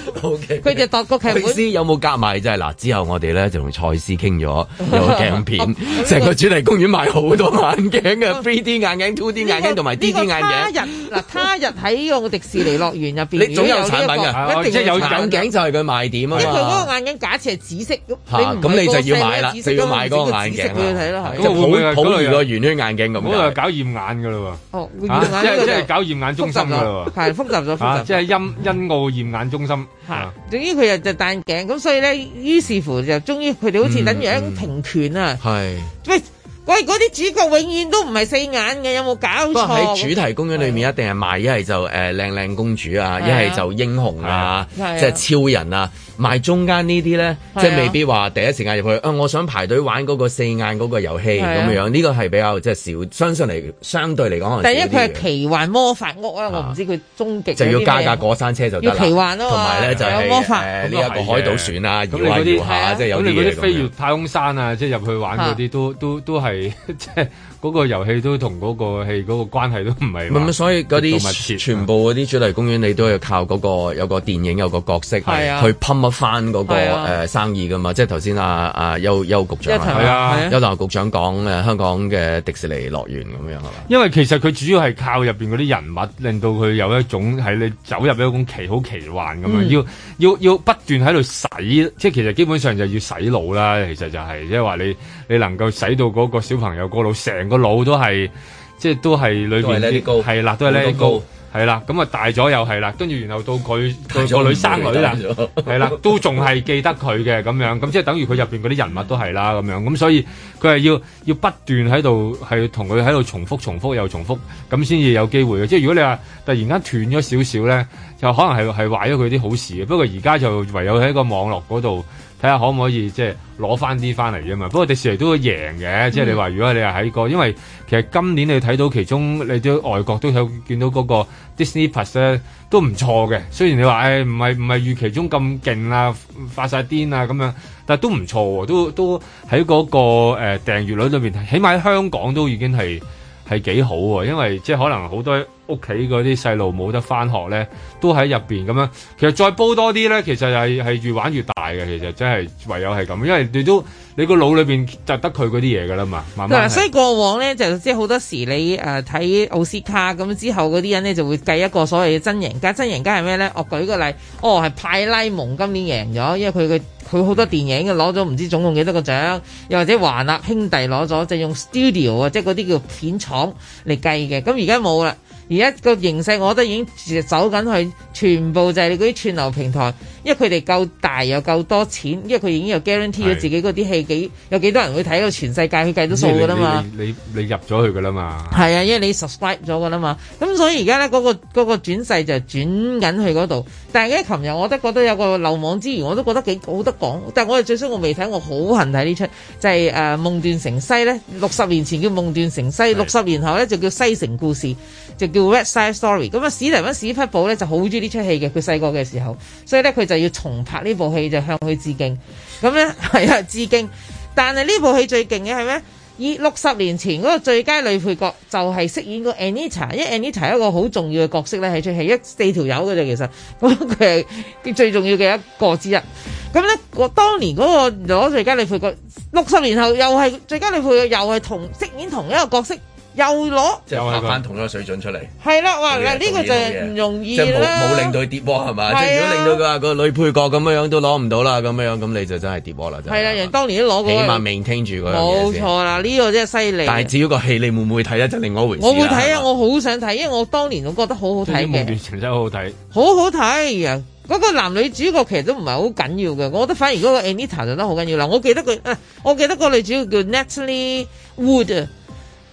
佢就度個劇
蔡
本。
司有冇夾埋就係嗱，之後我哋咧就同蔡司傾咗有個鏡片， *laughs* 成個主題公園賣好多眼鏡
*laughs*
嘅 3D 眼鏡、2D 眼鏡同埋
呢
DD
個
眼
他
鏡。
日嗱，他日喺呢個迪士尼樂園入邊，
你總有產品
啊
如果
嘅，
一定有產
眼
品
鏡就係佢賣點啊
因為佢嗰
嘛。
個眼鏡假設係紫色咁，
嚇
唔係
咁你
嗰個
就要買啦
set 嘅紫色
就要買嗰個眼啊
咁你唔知個紫色俾佢睇啦，係
即係
會唔會係
普普
嗰類
如
啊
個圓圈眼鏡咁
嗰度
樣。
搞驗眼㗎啦喎。
哦，
啊
驗
即
眼
係
嗰
即係
個
搞驗眼中心㗎啦喎。
係複
*laughs*
雜咗，複
啊
雜
即
咗。
係啊欣欣澳驗眼中心嚇。
總之佢又就戴眼鏡，咁所以咧，於是乎就終於佢哋好似
嗯
等於一種平權啊！
係，
喂喂，嗰啲主角永遠都唔係四眼嘅，有冇搞
不過喺
錯？
主題公園裏面一定係賣一係就誒靚靚公主啊，一係就英雄啊，即
係啊
係超人啊，賣中間呢啲咧，
係啊
即係未必話第一時間入去啊，我想排隊玩嗰個四眼嗰個遊戲
係啊
咁樣，呢個係比較即係少，相信嚟相對嚟講可能
第一
少啲
佢
嘅
係奇幻魔法屋啊，我唔知佢終極
就
有啲
要
咩
加架過山車就得啦，
要奇幻啊嘛
同埋咧就係呃
有魔法
誒呢一個海盜船啊，
咁
搖
你嗰
下搖
啲
下，即係有
咁
啲
你嗰
嘢
啲飛越
咁
太空山啊，即係入去玩嗰啲都都都係 *laughs* 即係嗰個遊戲都同嗰個戲嗰個關係都唔係
樣。
話
啊
咁所以嗰
密切啊
啲全部嗰啲主題公園，你都要靠嗰個有個電影有個角色去
係啊
pump 一翻嗰個
係啊
誒生意噶嘛。即係頭先啊啊邱邱局長
邱騰華係啊
邱達局長講誒香港嘅迪士尼樂園咁樣係嘛？
因為其實佢主要係靠入邊嗰啲人物，令到佢有一種係你走入一種奇好奇幻咁樣，
嗯
要要要不斷喺度洗，即係其實基本上就要洗腦啦。其實就係即係話你你能夠洗到嗰個小朋友個腦，成個腦都係即係都係裏
都係
邊
Let It Go
係啦，都係 let it
好多
go
高。
係啦，咁啊大咗又係啦，跟住然後到佢
大
個
咗
個女生女啦
唔記得，咗
係 *laughs* 啦，都仲係記得佢嘅咁樣，咁即係等於佢入邊嗰啲人物都係啦咁樣，咁所以佢係要要不斷喺度係同佢喺度重複重複又重複，咁先至有機會嘅。即係如果你話突然間斷咗少少咧，就可能係係壞咗佢啲好事嘅。不過而家就唯有喺個網絡嗰度。睇下可唔可以即係攞翻啲翻嚟啫嘛。不過迪士尼都會贏嘅，即係你話如果你係喺個，因為其實今年你睇到其中你都外國都有見到嗰個 Disney Plus 咧都唔錯嘅。雖然你話誒唔係唔係預期中咁勁啊，發晒癲啊咁樣，但係都唔錯喎，都都喺嗰、個誒、呃、訂閱率裏邊，起碼喺香港都已經係。係幾好喎，因為即係可能好多屋企嗰啲細路冇得翻學咧，都喺入邊咁樣。其實再煲多啲咧，其實係係越玩越大嘅。其實真係唯有係咁，因為你都你個腦裏邊就得佢嗰啲嘢噶啦嘛，慢慢
嗱，
係。
啊所以過往咧就即係好多時你誒睇、奧斯卡咁之後嗰啲人咧就會計一個所謂嘅真贏家，真贏家係咩咧？我舉個例，哦係派拉蒙今年贏咗，因為佢嘅佢好多電影攞咗唔知總共幾多個獎，又或者華納兄弟攞咗，就用 studio 啊，即係嗰啲叫片廠嚟計嘅。咁而家冇啦。而家個形勢，我覺得已經走緊去，全部就係你嗰啲串流平台，因為佢哋夠大又夠多錢，因為佢已經有 guarantee 咗
係
自己嗰啲戲幾有幾多人會睇到全世界佢計到數㗎啦嘛。
你你你你入咗去噶啦嘛。
係啊，因為你 subscribe 咗㗎啦嘛，咁所以而家咧嗰個嗰、個轉勢就轉緊去嗰度。但係咧，琴日我都覺得有個漏網之魚，我都覺得幾好得講。但係我哋最衰我未睇，我好恨睇呢出，就呃係、誒、夢斷城西》咧。六十年前叫《夢斷城西》，六十年後咧就叫《西城故事》，就叫《West Side Story》。咁啊，史提芬史匹堡咧就好中意呢出戲嘅，佢細個嘅時候，所以咧佢就要重拍呢部戲，就向佢致敬。咁咧 *laughs* 係啊，致敬。但係呢部戲最勁嘅係咩？以六十年前嗰個最佳女配角就係飾演個 Anita，因為 Anita 係一個好重要嘅角色咧喺出戲，一四條友嘅啫其實， *laughs* 咁佢係最重要嘅一個之一。咁咧，我當年嗰個攞最佳女配角，六十年後又係最佳女配角，又係同飾演同一個角色，又攞，
即係拍翻同一個水準出嚟。
係啦，哇！嗱
呢
啊呢個就係唔容易
即係冇
啦，
冇令到佢跌波係嘛？
係啊
即係如果令到
佢話個女配角咁樣樣都攞唔到啦，咁樣樣咁你就真係跌波啦，真係
係啦，
啊
人當年都攞
起
過
碼
啦，
maintain 住嗰樣嘢
冇
先。
錯啦，呢個真係犀利。啊
但係至於個戲你會唔會睇咧，就另外一回事啦。
我會睇啊，我好想睇，因為我當年我覺得好好
即係啲
睇
夢
嘅。
斷情真係好好睇。
好好睇啊！嗰、個男女主角其實都唔係好緊要嘅，我覺得反而嗰個 Anita 就得好緊要啦。我記得佢，啊我記得個女主角叫 Natalie Wood 啊，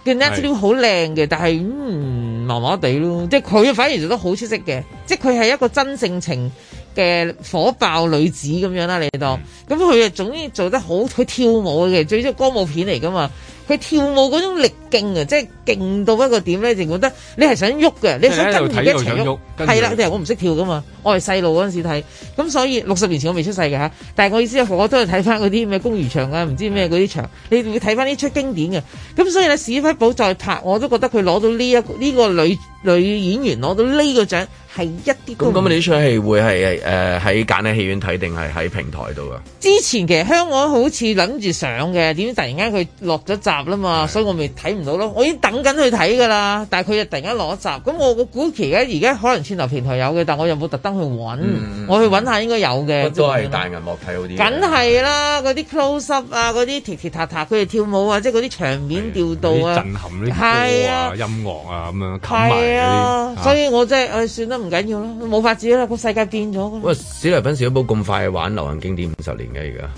叫 Natalie 好靚嘅，但係嗯麻麻地咯，即係佢反而做得好出色嘅，即係佢係一個真性情嘅火爆女子咁樣啦，你當
嗯
咁佢啊總之做得好，佢跳舞嘅，最主要歌舞片嚟噶嘛。佢跳舞嗰種力勁啊，即係勁到一個點咧，就覺得你係想喐嘅，你想跟住佢一
即係喺度睇
齊
又想
喐
喐，跟住
係啦，但係我唔識跳噶嘛，我係細路嗰陣時睇，咁所以六十年前我未出世嘅嚇，但係我意思係我都係睇翻嗰啲咩公餘場啊，唔知咩嗰啲場，你會睇翻呢出經典嘅，咁所以咧史匹堡再拍，我都覺得佢攞到呢、一個呢、個女女演員攞到呢個獎係一啲都
咁
唔
咁，呢出戲會係誒喺簡單戲院睇定係喺平台度啊？
之前其實香港好似諗住上嘅，點知突然間佢落咗閘啦嘛，所以我咪睇唔到咯。我已經等緊去睇㗎啦，但係佢就突然間落咗閘，咁我我估期而家而家可能串流平台有嘅，但我又冇特登去揾，
嗯
我去揾下應該有嘅。
都係大銀幕睇好啲。
梗係啦，嗰啲 close up 啊，嗰啲踢踢踏踏，佢哋跳舞啊，即係嗰啲場面調度
啲
啊，
震撼呢
係
啲歌
啊
啊、音樂啊咁樣冚埋
係啊
嗰，啲
所以我真係唉算啦，唔緊要啦，冇法子啦，個世界變咗㗎啦
喂，史提芬史匹堡咁快玩流行經典五十年嘅而家，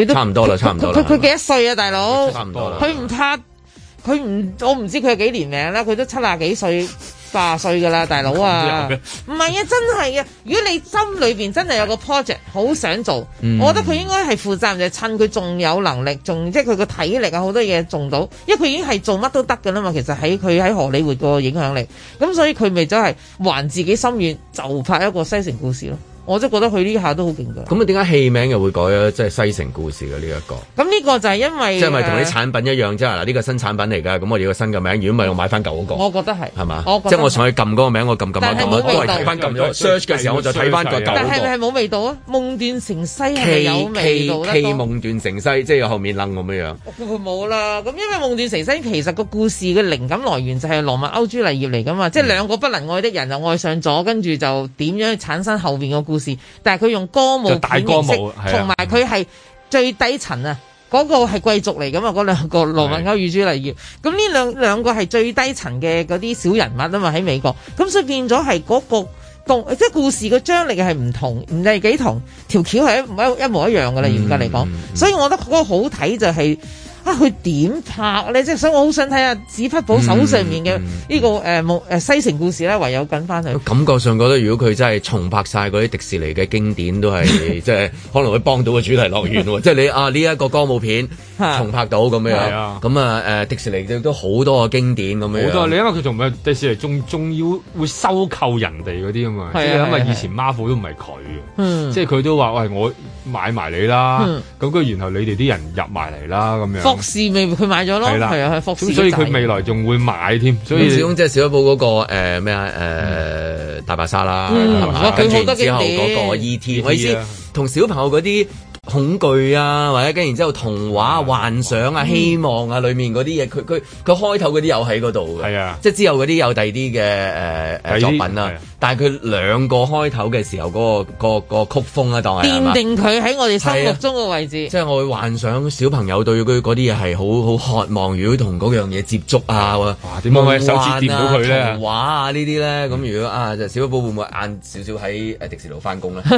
佢都
差唔多啦，差唔多
佢
啦。
佢幾多歲啊，大佬？
差唔多啦
佢唔拍，佢唔，我唔知佢有幾年命啦。佢都七廿幾歲、八廿歲噶啦，大佬啊
咁樣！
唔係啊，真係啊！如果你心裏邊真係有個 project 好想做，
嗯
我覺得佢應該係負責任，就係趁佢仲有能力，仲即係佢個體力啊，好多嘢做到，因為佢已經係做乜都得噶啦嘛。其實喺佢喺荷里活個影響力，咁所以佢咪就係還自己心願，就拍一個西城故事咯。我真係覺得佢呢下都好勁噶。
咁啊，點解戲名又會改咗？即係西城故事嘅呢一個。
咁呢個就係因為
即係咪同
呃
啲產品一樣啫？嗱，呢個新產品嚟㗎，咁我哋有個新嘅名，如果唔係我買翻舊嗰個，
我覺得係
係嘛
我？覺
即
得
係我上去撳嗰個名，我撳撳下
但係
撳
冇
下，都
味
係
道
睇翻撳咗 search 嘅時候，我就睇翻個舊
但係咪
嗰
係冇味道啊？夢斷城西
個。
係咪
K
有味
K
道
K
咧？都
夢斷城西，即係後面楞咁樣樣。
佢冇啦，咁因為夢斷城西其實個故事嘅靈感來源就係羅密歐朱麗葉嚟噶嘛，
嗯
即係兩個不能愛的人就愛上咗，跟住就點樣產生後邊個故事？但係佢用歌舞
就大
片形式
歌舞係啊
同埋佢係最低層啊。嗰、
嗰個係貴族嚟噶嘛，嗰兩個羅密歐與朱麗葉，咁呢兩兩個係最低層嘅嗰啲小人物啊嘛喺美國，咁所以變咗係嗰個動即係故事個張力係唔同，唔係幾同，條橋係一模一一模一樣噶
嗯
啦，嚴格嚟講，所以我覺得嗰個好睇就係、啊！佢點拍咧？即係所以我好想睇下史匹堡手上面
嗯
嘅呢個誒夢誒西城故事咧，唯有跟翻佢。
感覺上覺得，如果佢真係重拍晒嗰啲迪士尼嘅經典，都
*laughs*
係即係可能會幫到個主題樂園喎。即係你啊呢一個歌舞片重拍到咁
係
樣
啊，
咁啊誒迪士尼都都好多個經典咁樣。
好多你因為佢仲唔係迪士尼，仲仲要會收購人哋嗰啲啊嘛，即
係啊
係因為
係啊
以前 Marvel 都唔係佢嘅，
嗯
即係佢都話喂我買埋你啦
嗯，
咁跟住然後你哋啲人入埋嚟啦咁樣。
霍士咪佢買咗咯，
係啦，
係啊，係霍士
咁所以
個仔
佢未來仲會買添，所
所以
以
始終即係小一寶嗰個誒咩啊誒大白鯊啦，
嗯
係嘛
哇佢
跟住
好多
然之後
經典
嗰個 E E.T. 我意思
E.T. 啊
同小朋友嗰啲恐懼啊，或者跟然之後童話啊、幻想啊、希望啊裏面嗰啲嘢，佢佢佢開頭嗰啲有喺嗰度嘅，係啊，即係之後嗰啲有第二啲嘅誒誒
第
作
二啲
品啦。但係啊佢兩個開頭嘅時候嗰個嗰個嗰個曲風啊，當係係嘛
奠定佢喺我哋心
係
目
啊
中嘅位置。
即係我會幻想小朋友對佢嗰啲嘢係好好渴望，如果同嗰樣嘢接觸啊，哇
點解我隻手指掂到佢咧
童話啊呢啲咧，咁如果啊，就小寶會唔會晏少少喺誒迪士尼度翻工咧？即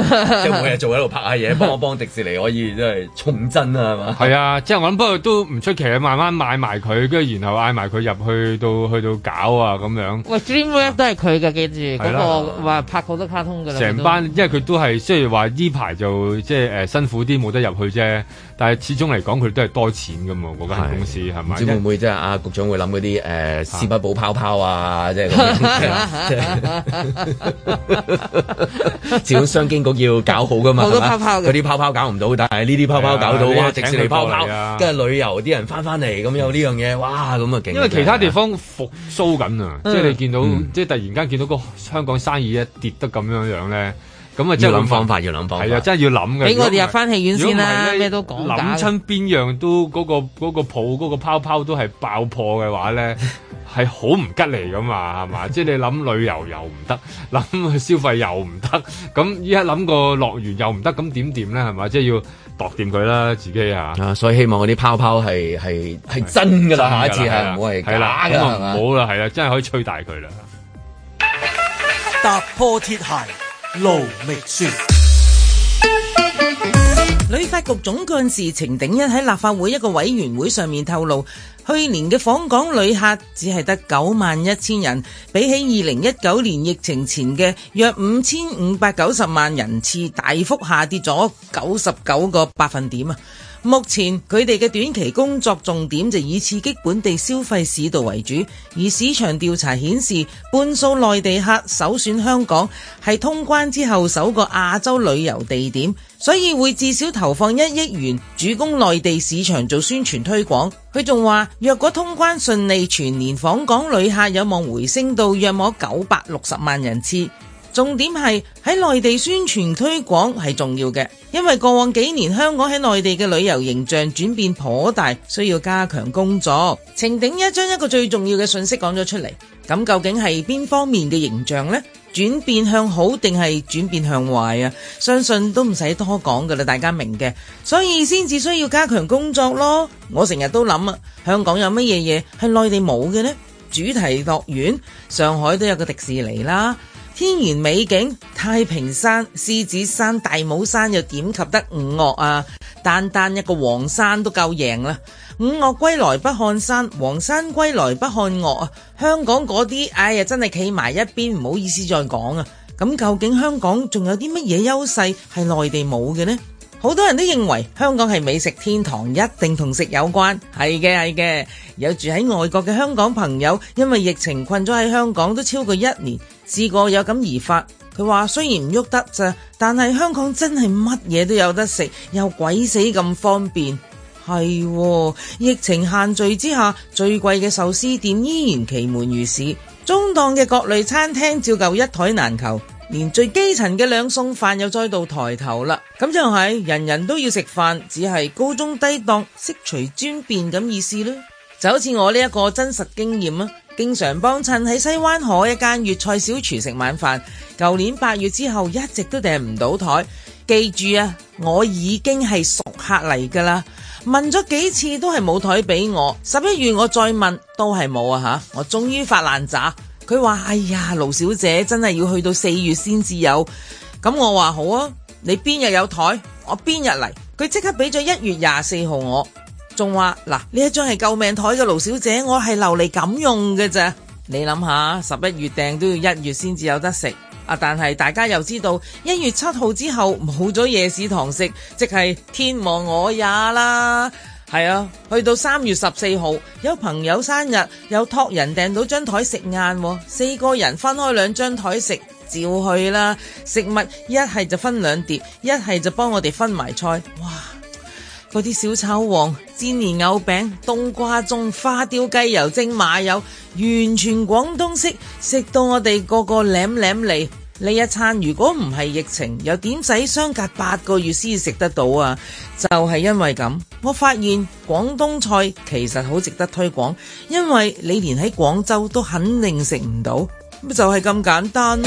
係每日做喺度拍下嘢，幫我幫迪士尼可以即係重振啊，係嘛？
係啊，即係我諗，不過都唔出奇啊，慢慢買埋佢，跟住然後嗌埋佢入去到去到搞啊咁樣。
喂，DreamWorks 都係佢嘅，記住嗰
係啦
個話拍好多卡通
啊
㗎啦。
成班，因為佢都係雖然話呢排就即係誒辛苦啲冇得入去啫，但係始終嚟講佢都係多錢噶嘛，嗰間公司係
唔
咪？
知會唔會即係啊局長會諗嗰啲
啊
誒屎不補泡泡啊，即係咁樣即係，始終商經局要搞好噶嘛，
好多
係嘛
泡泡嘅
嗰啲泡泡搞唔到，但係呢啲泡泡搞到，
係啊
哇！
請
迪
佢
士尼泡
過
泡
嚟啊，嗯
跟住旅遊啲人翻翻嚟咁有呢樣嘢，哇！咁啊勁！
因為其他地方復甦緊啊，即
嗯
係你見到，即係突然間見到個香港生意一跌得咁樣樣咧，咁啊即係
要諗方法要諗方法
係啊，真係要諗
俾
嘅。
我
如果
哋
唔
入翻戲院先啦，咩都講
諗
假。
親邊樣都嗰、個嗰、個泡嗰、個泡泡都係爆破嘅
*laughs*
話咧，係好唔吉利噶嘛，係嘛？即係你諗旅遊又唔得，諗消費又唔得，咁依家諗個樂園又唔得，咁點掂咧？係嘛？即係要度掂佢啦，自己啊。
啊，所以希望嗰啲泡泡係係係真㗎啦，下一次係唔好係假㗎
咁
係
啊
嘛？
唔好啦，係啦，真係可以吹大佢啦。
踏破鐵鞋路未雪。
旅發局總幹事程鼎一喺立法會一個委員會上面透露，去年嘅訪港旅客只係得九萬一千人，比起二零一九年疫情前嘅約五千五百九十萬人次，大幅下跌咗九十九個百分點啊！目前佢哋嘅短期工作重點就以刺激本地消費市道為主，而市場調查顯示，半數內地客首選香港係通關之後首個亞洲旅遊地點，所以會至少投放一億元主攻內地市場做宣傳推廣。佢仲話，若果通關順利，全年訪港旅客有望回升到約摸九百六十萬人次。重點係喺內地宣傳推廣係重要嘅，因為過往幾年香港喺內地嘅旅遊形象轉變頗大，需要加強工作。程鼎一將一個最重要嘅信息講咗出嚟，咁究竟係邊方面嘅形象呢？轉變向好定係轉變向壞啊？相信都唔使多講噶啦，大家明嘅，所以先至需要加強工作咯。我成日都諗啊，香港有乜嘢嘢係內地冇嘅呢？主題樂園，上海都有個迪士尼啦。天然美景，太平山、獅子山、大帽山又點及得五嶽啊？單單一個黃山都夠贏啦！五嶽歸來不看山，黃山歸來不看岳啊！香港嗰啲，哎呀，真係企埋一邊，唔好意思再講啊！咁究竟香港仲有啲乜嘢優勢係內地冇嘅呢？好多人都認為香港係美食天堂，一定同食有關。係嘅，係嘅。有住喺外國嘅香港朋友，因為疫情困咗喺香港都超過一年，試過有感而發。佢話雖然唔喐得咋，但係香港真係乜嘢都有得食，又鬼死咁方便。係喎，疫情限聚之下，最貴嘅壽司店依然其門如市，中檔嘅各類餐廳照舊一枱難求，連最基層嘅兩餸飯又再度抬頭啦。咁就係人人都要食飯，只係高中低檔悉隨尊便咁意思啦。就好似我呢一個真實經驗啊，經常幫襯喺西灣河一間粵菜小廚食晚飯，舊年八月之後一直都訂唔到枱。記住啊，我已經係熟客嚟㗎啦。問咗幾次都係冇台俾我。十一月我再問都係冇啊吓，我終於發爛渣。佢話：哎呀，盧小姐真係要去到四月先至有。咁我話好啊，你邊日有台，我邊日嚟。佢即刻俾咗一月廿四號我，仲話啊嗱呢一張係救命台嘅盧小姐，我係留嚟咁用嘅咋。你諗下，十一月訂都要一月先至有得食啊！但係大家又知道，一月七號之後冇咗夜市堂食，即係天亡我也啦。係啊，去到三月十四號，有朋友生日，有托人訂到張台食晏喎，四個人分開兩張台食，照去啦。食物一係就分兩碟，一係就幫我哋分埋菜。哇！嗰啲小炒王、煎蓮藕餅、冬瓜盅、花雕雞油蒸馬友，完全廣東式，食到我哋個個舐舐脷。呢一餐如果唔係疫情，又點使相隔八個月先食得到啊？就係因為咁，我發現廣東菜其實好值得推廣，因為你連喺廣州都肯定食唔到，就係咁簡單。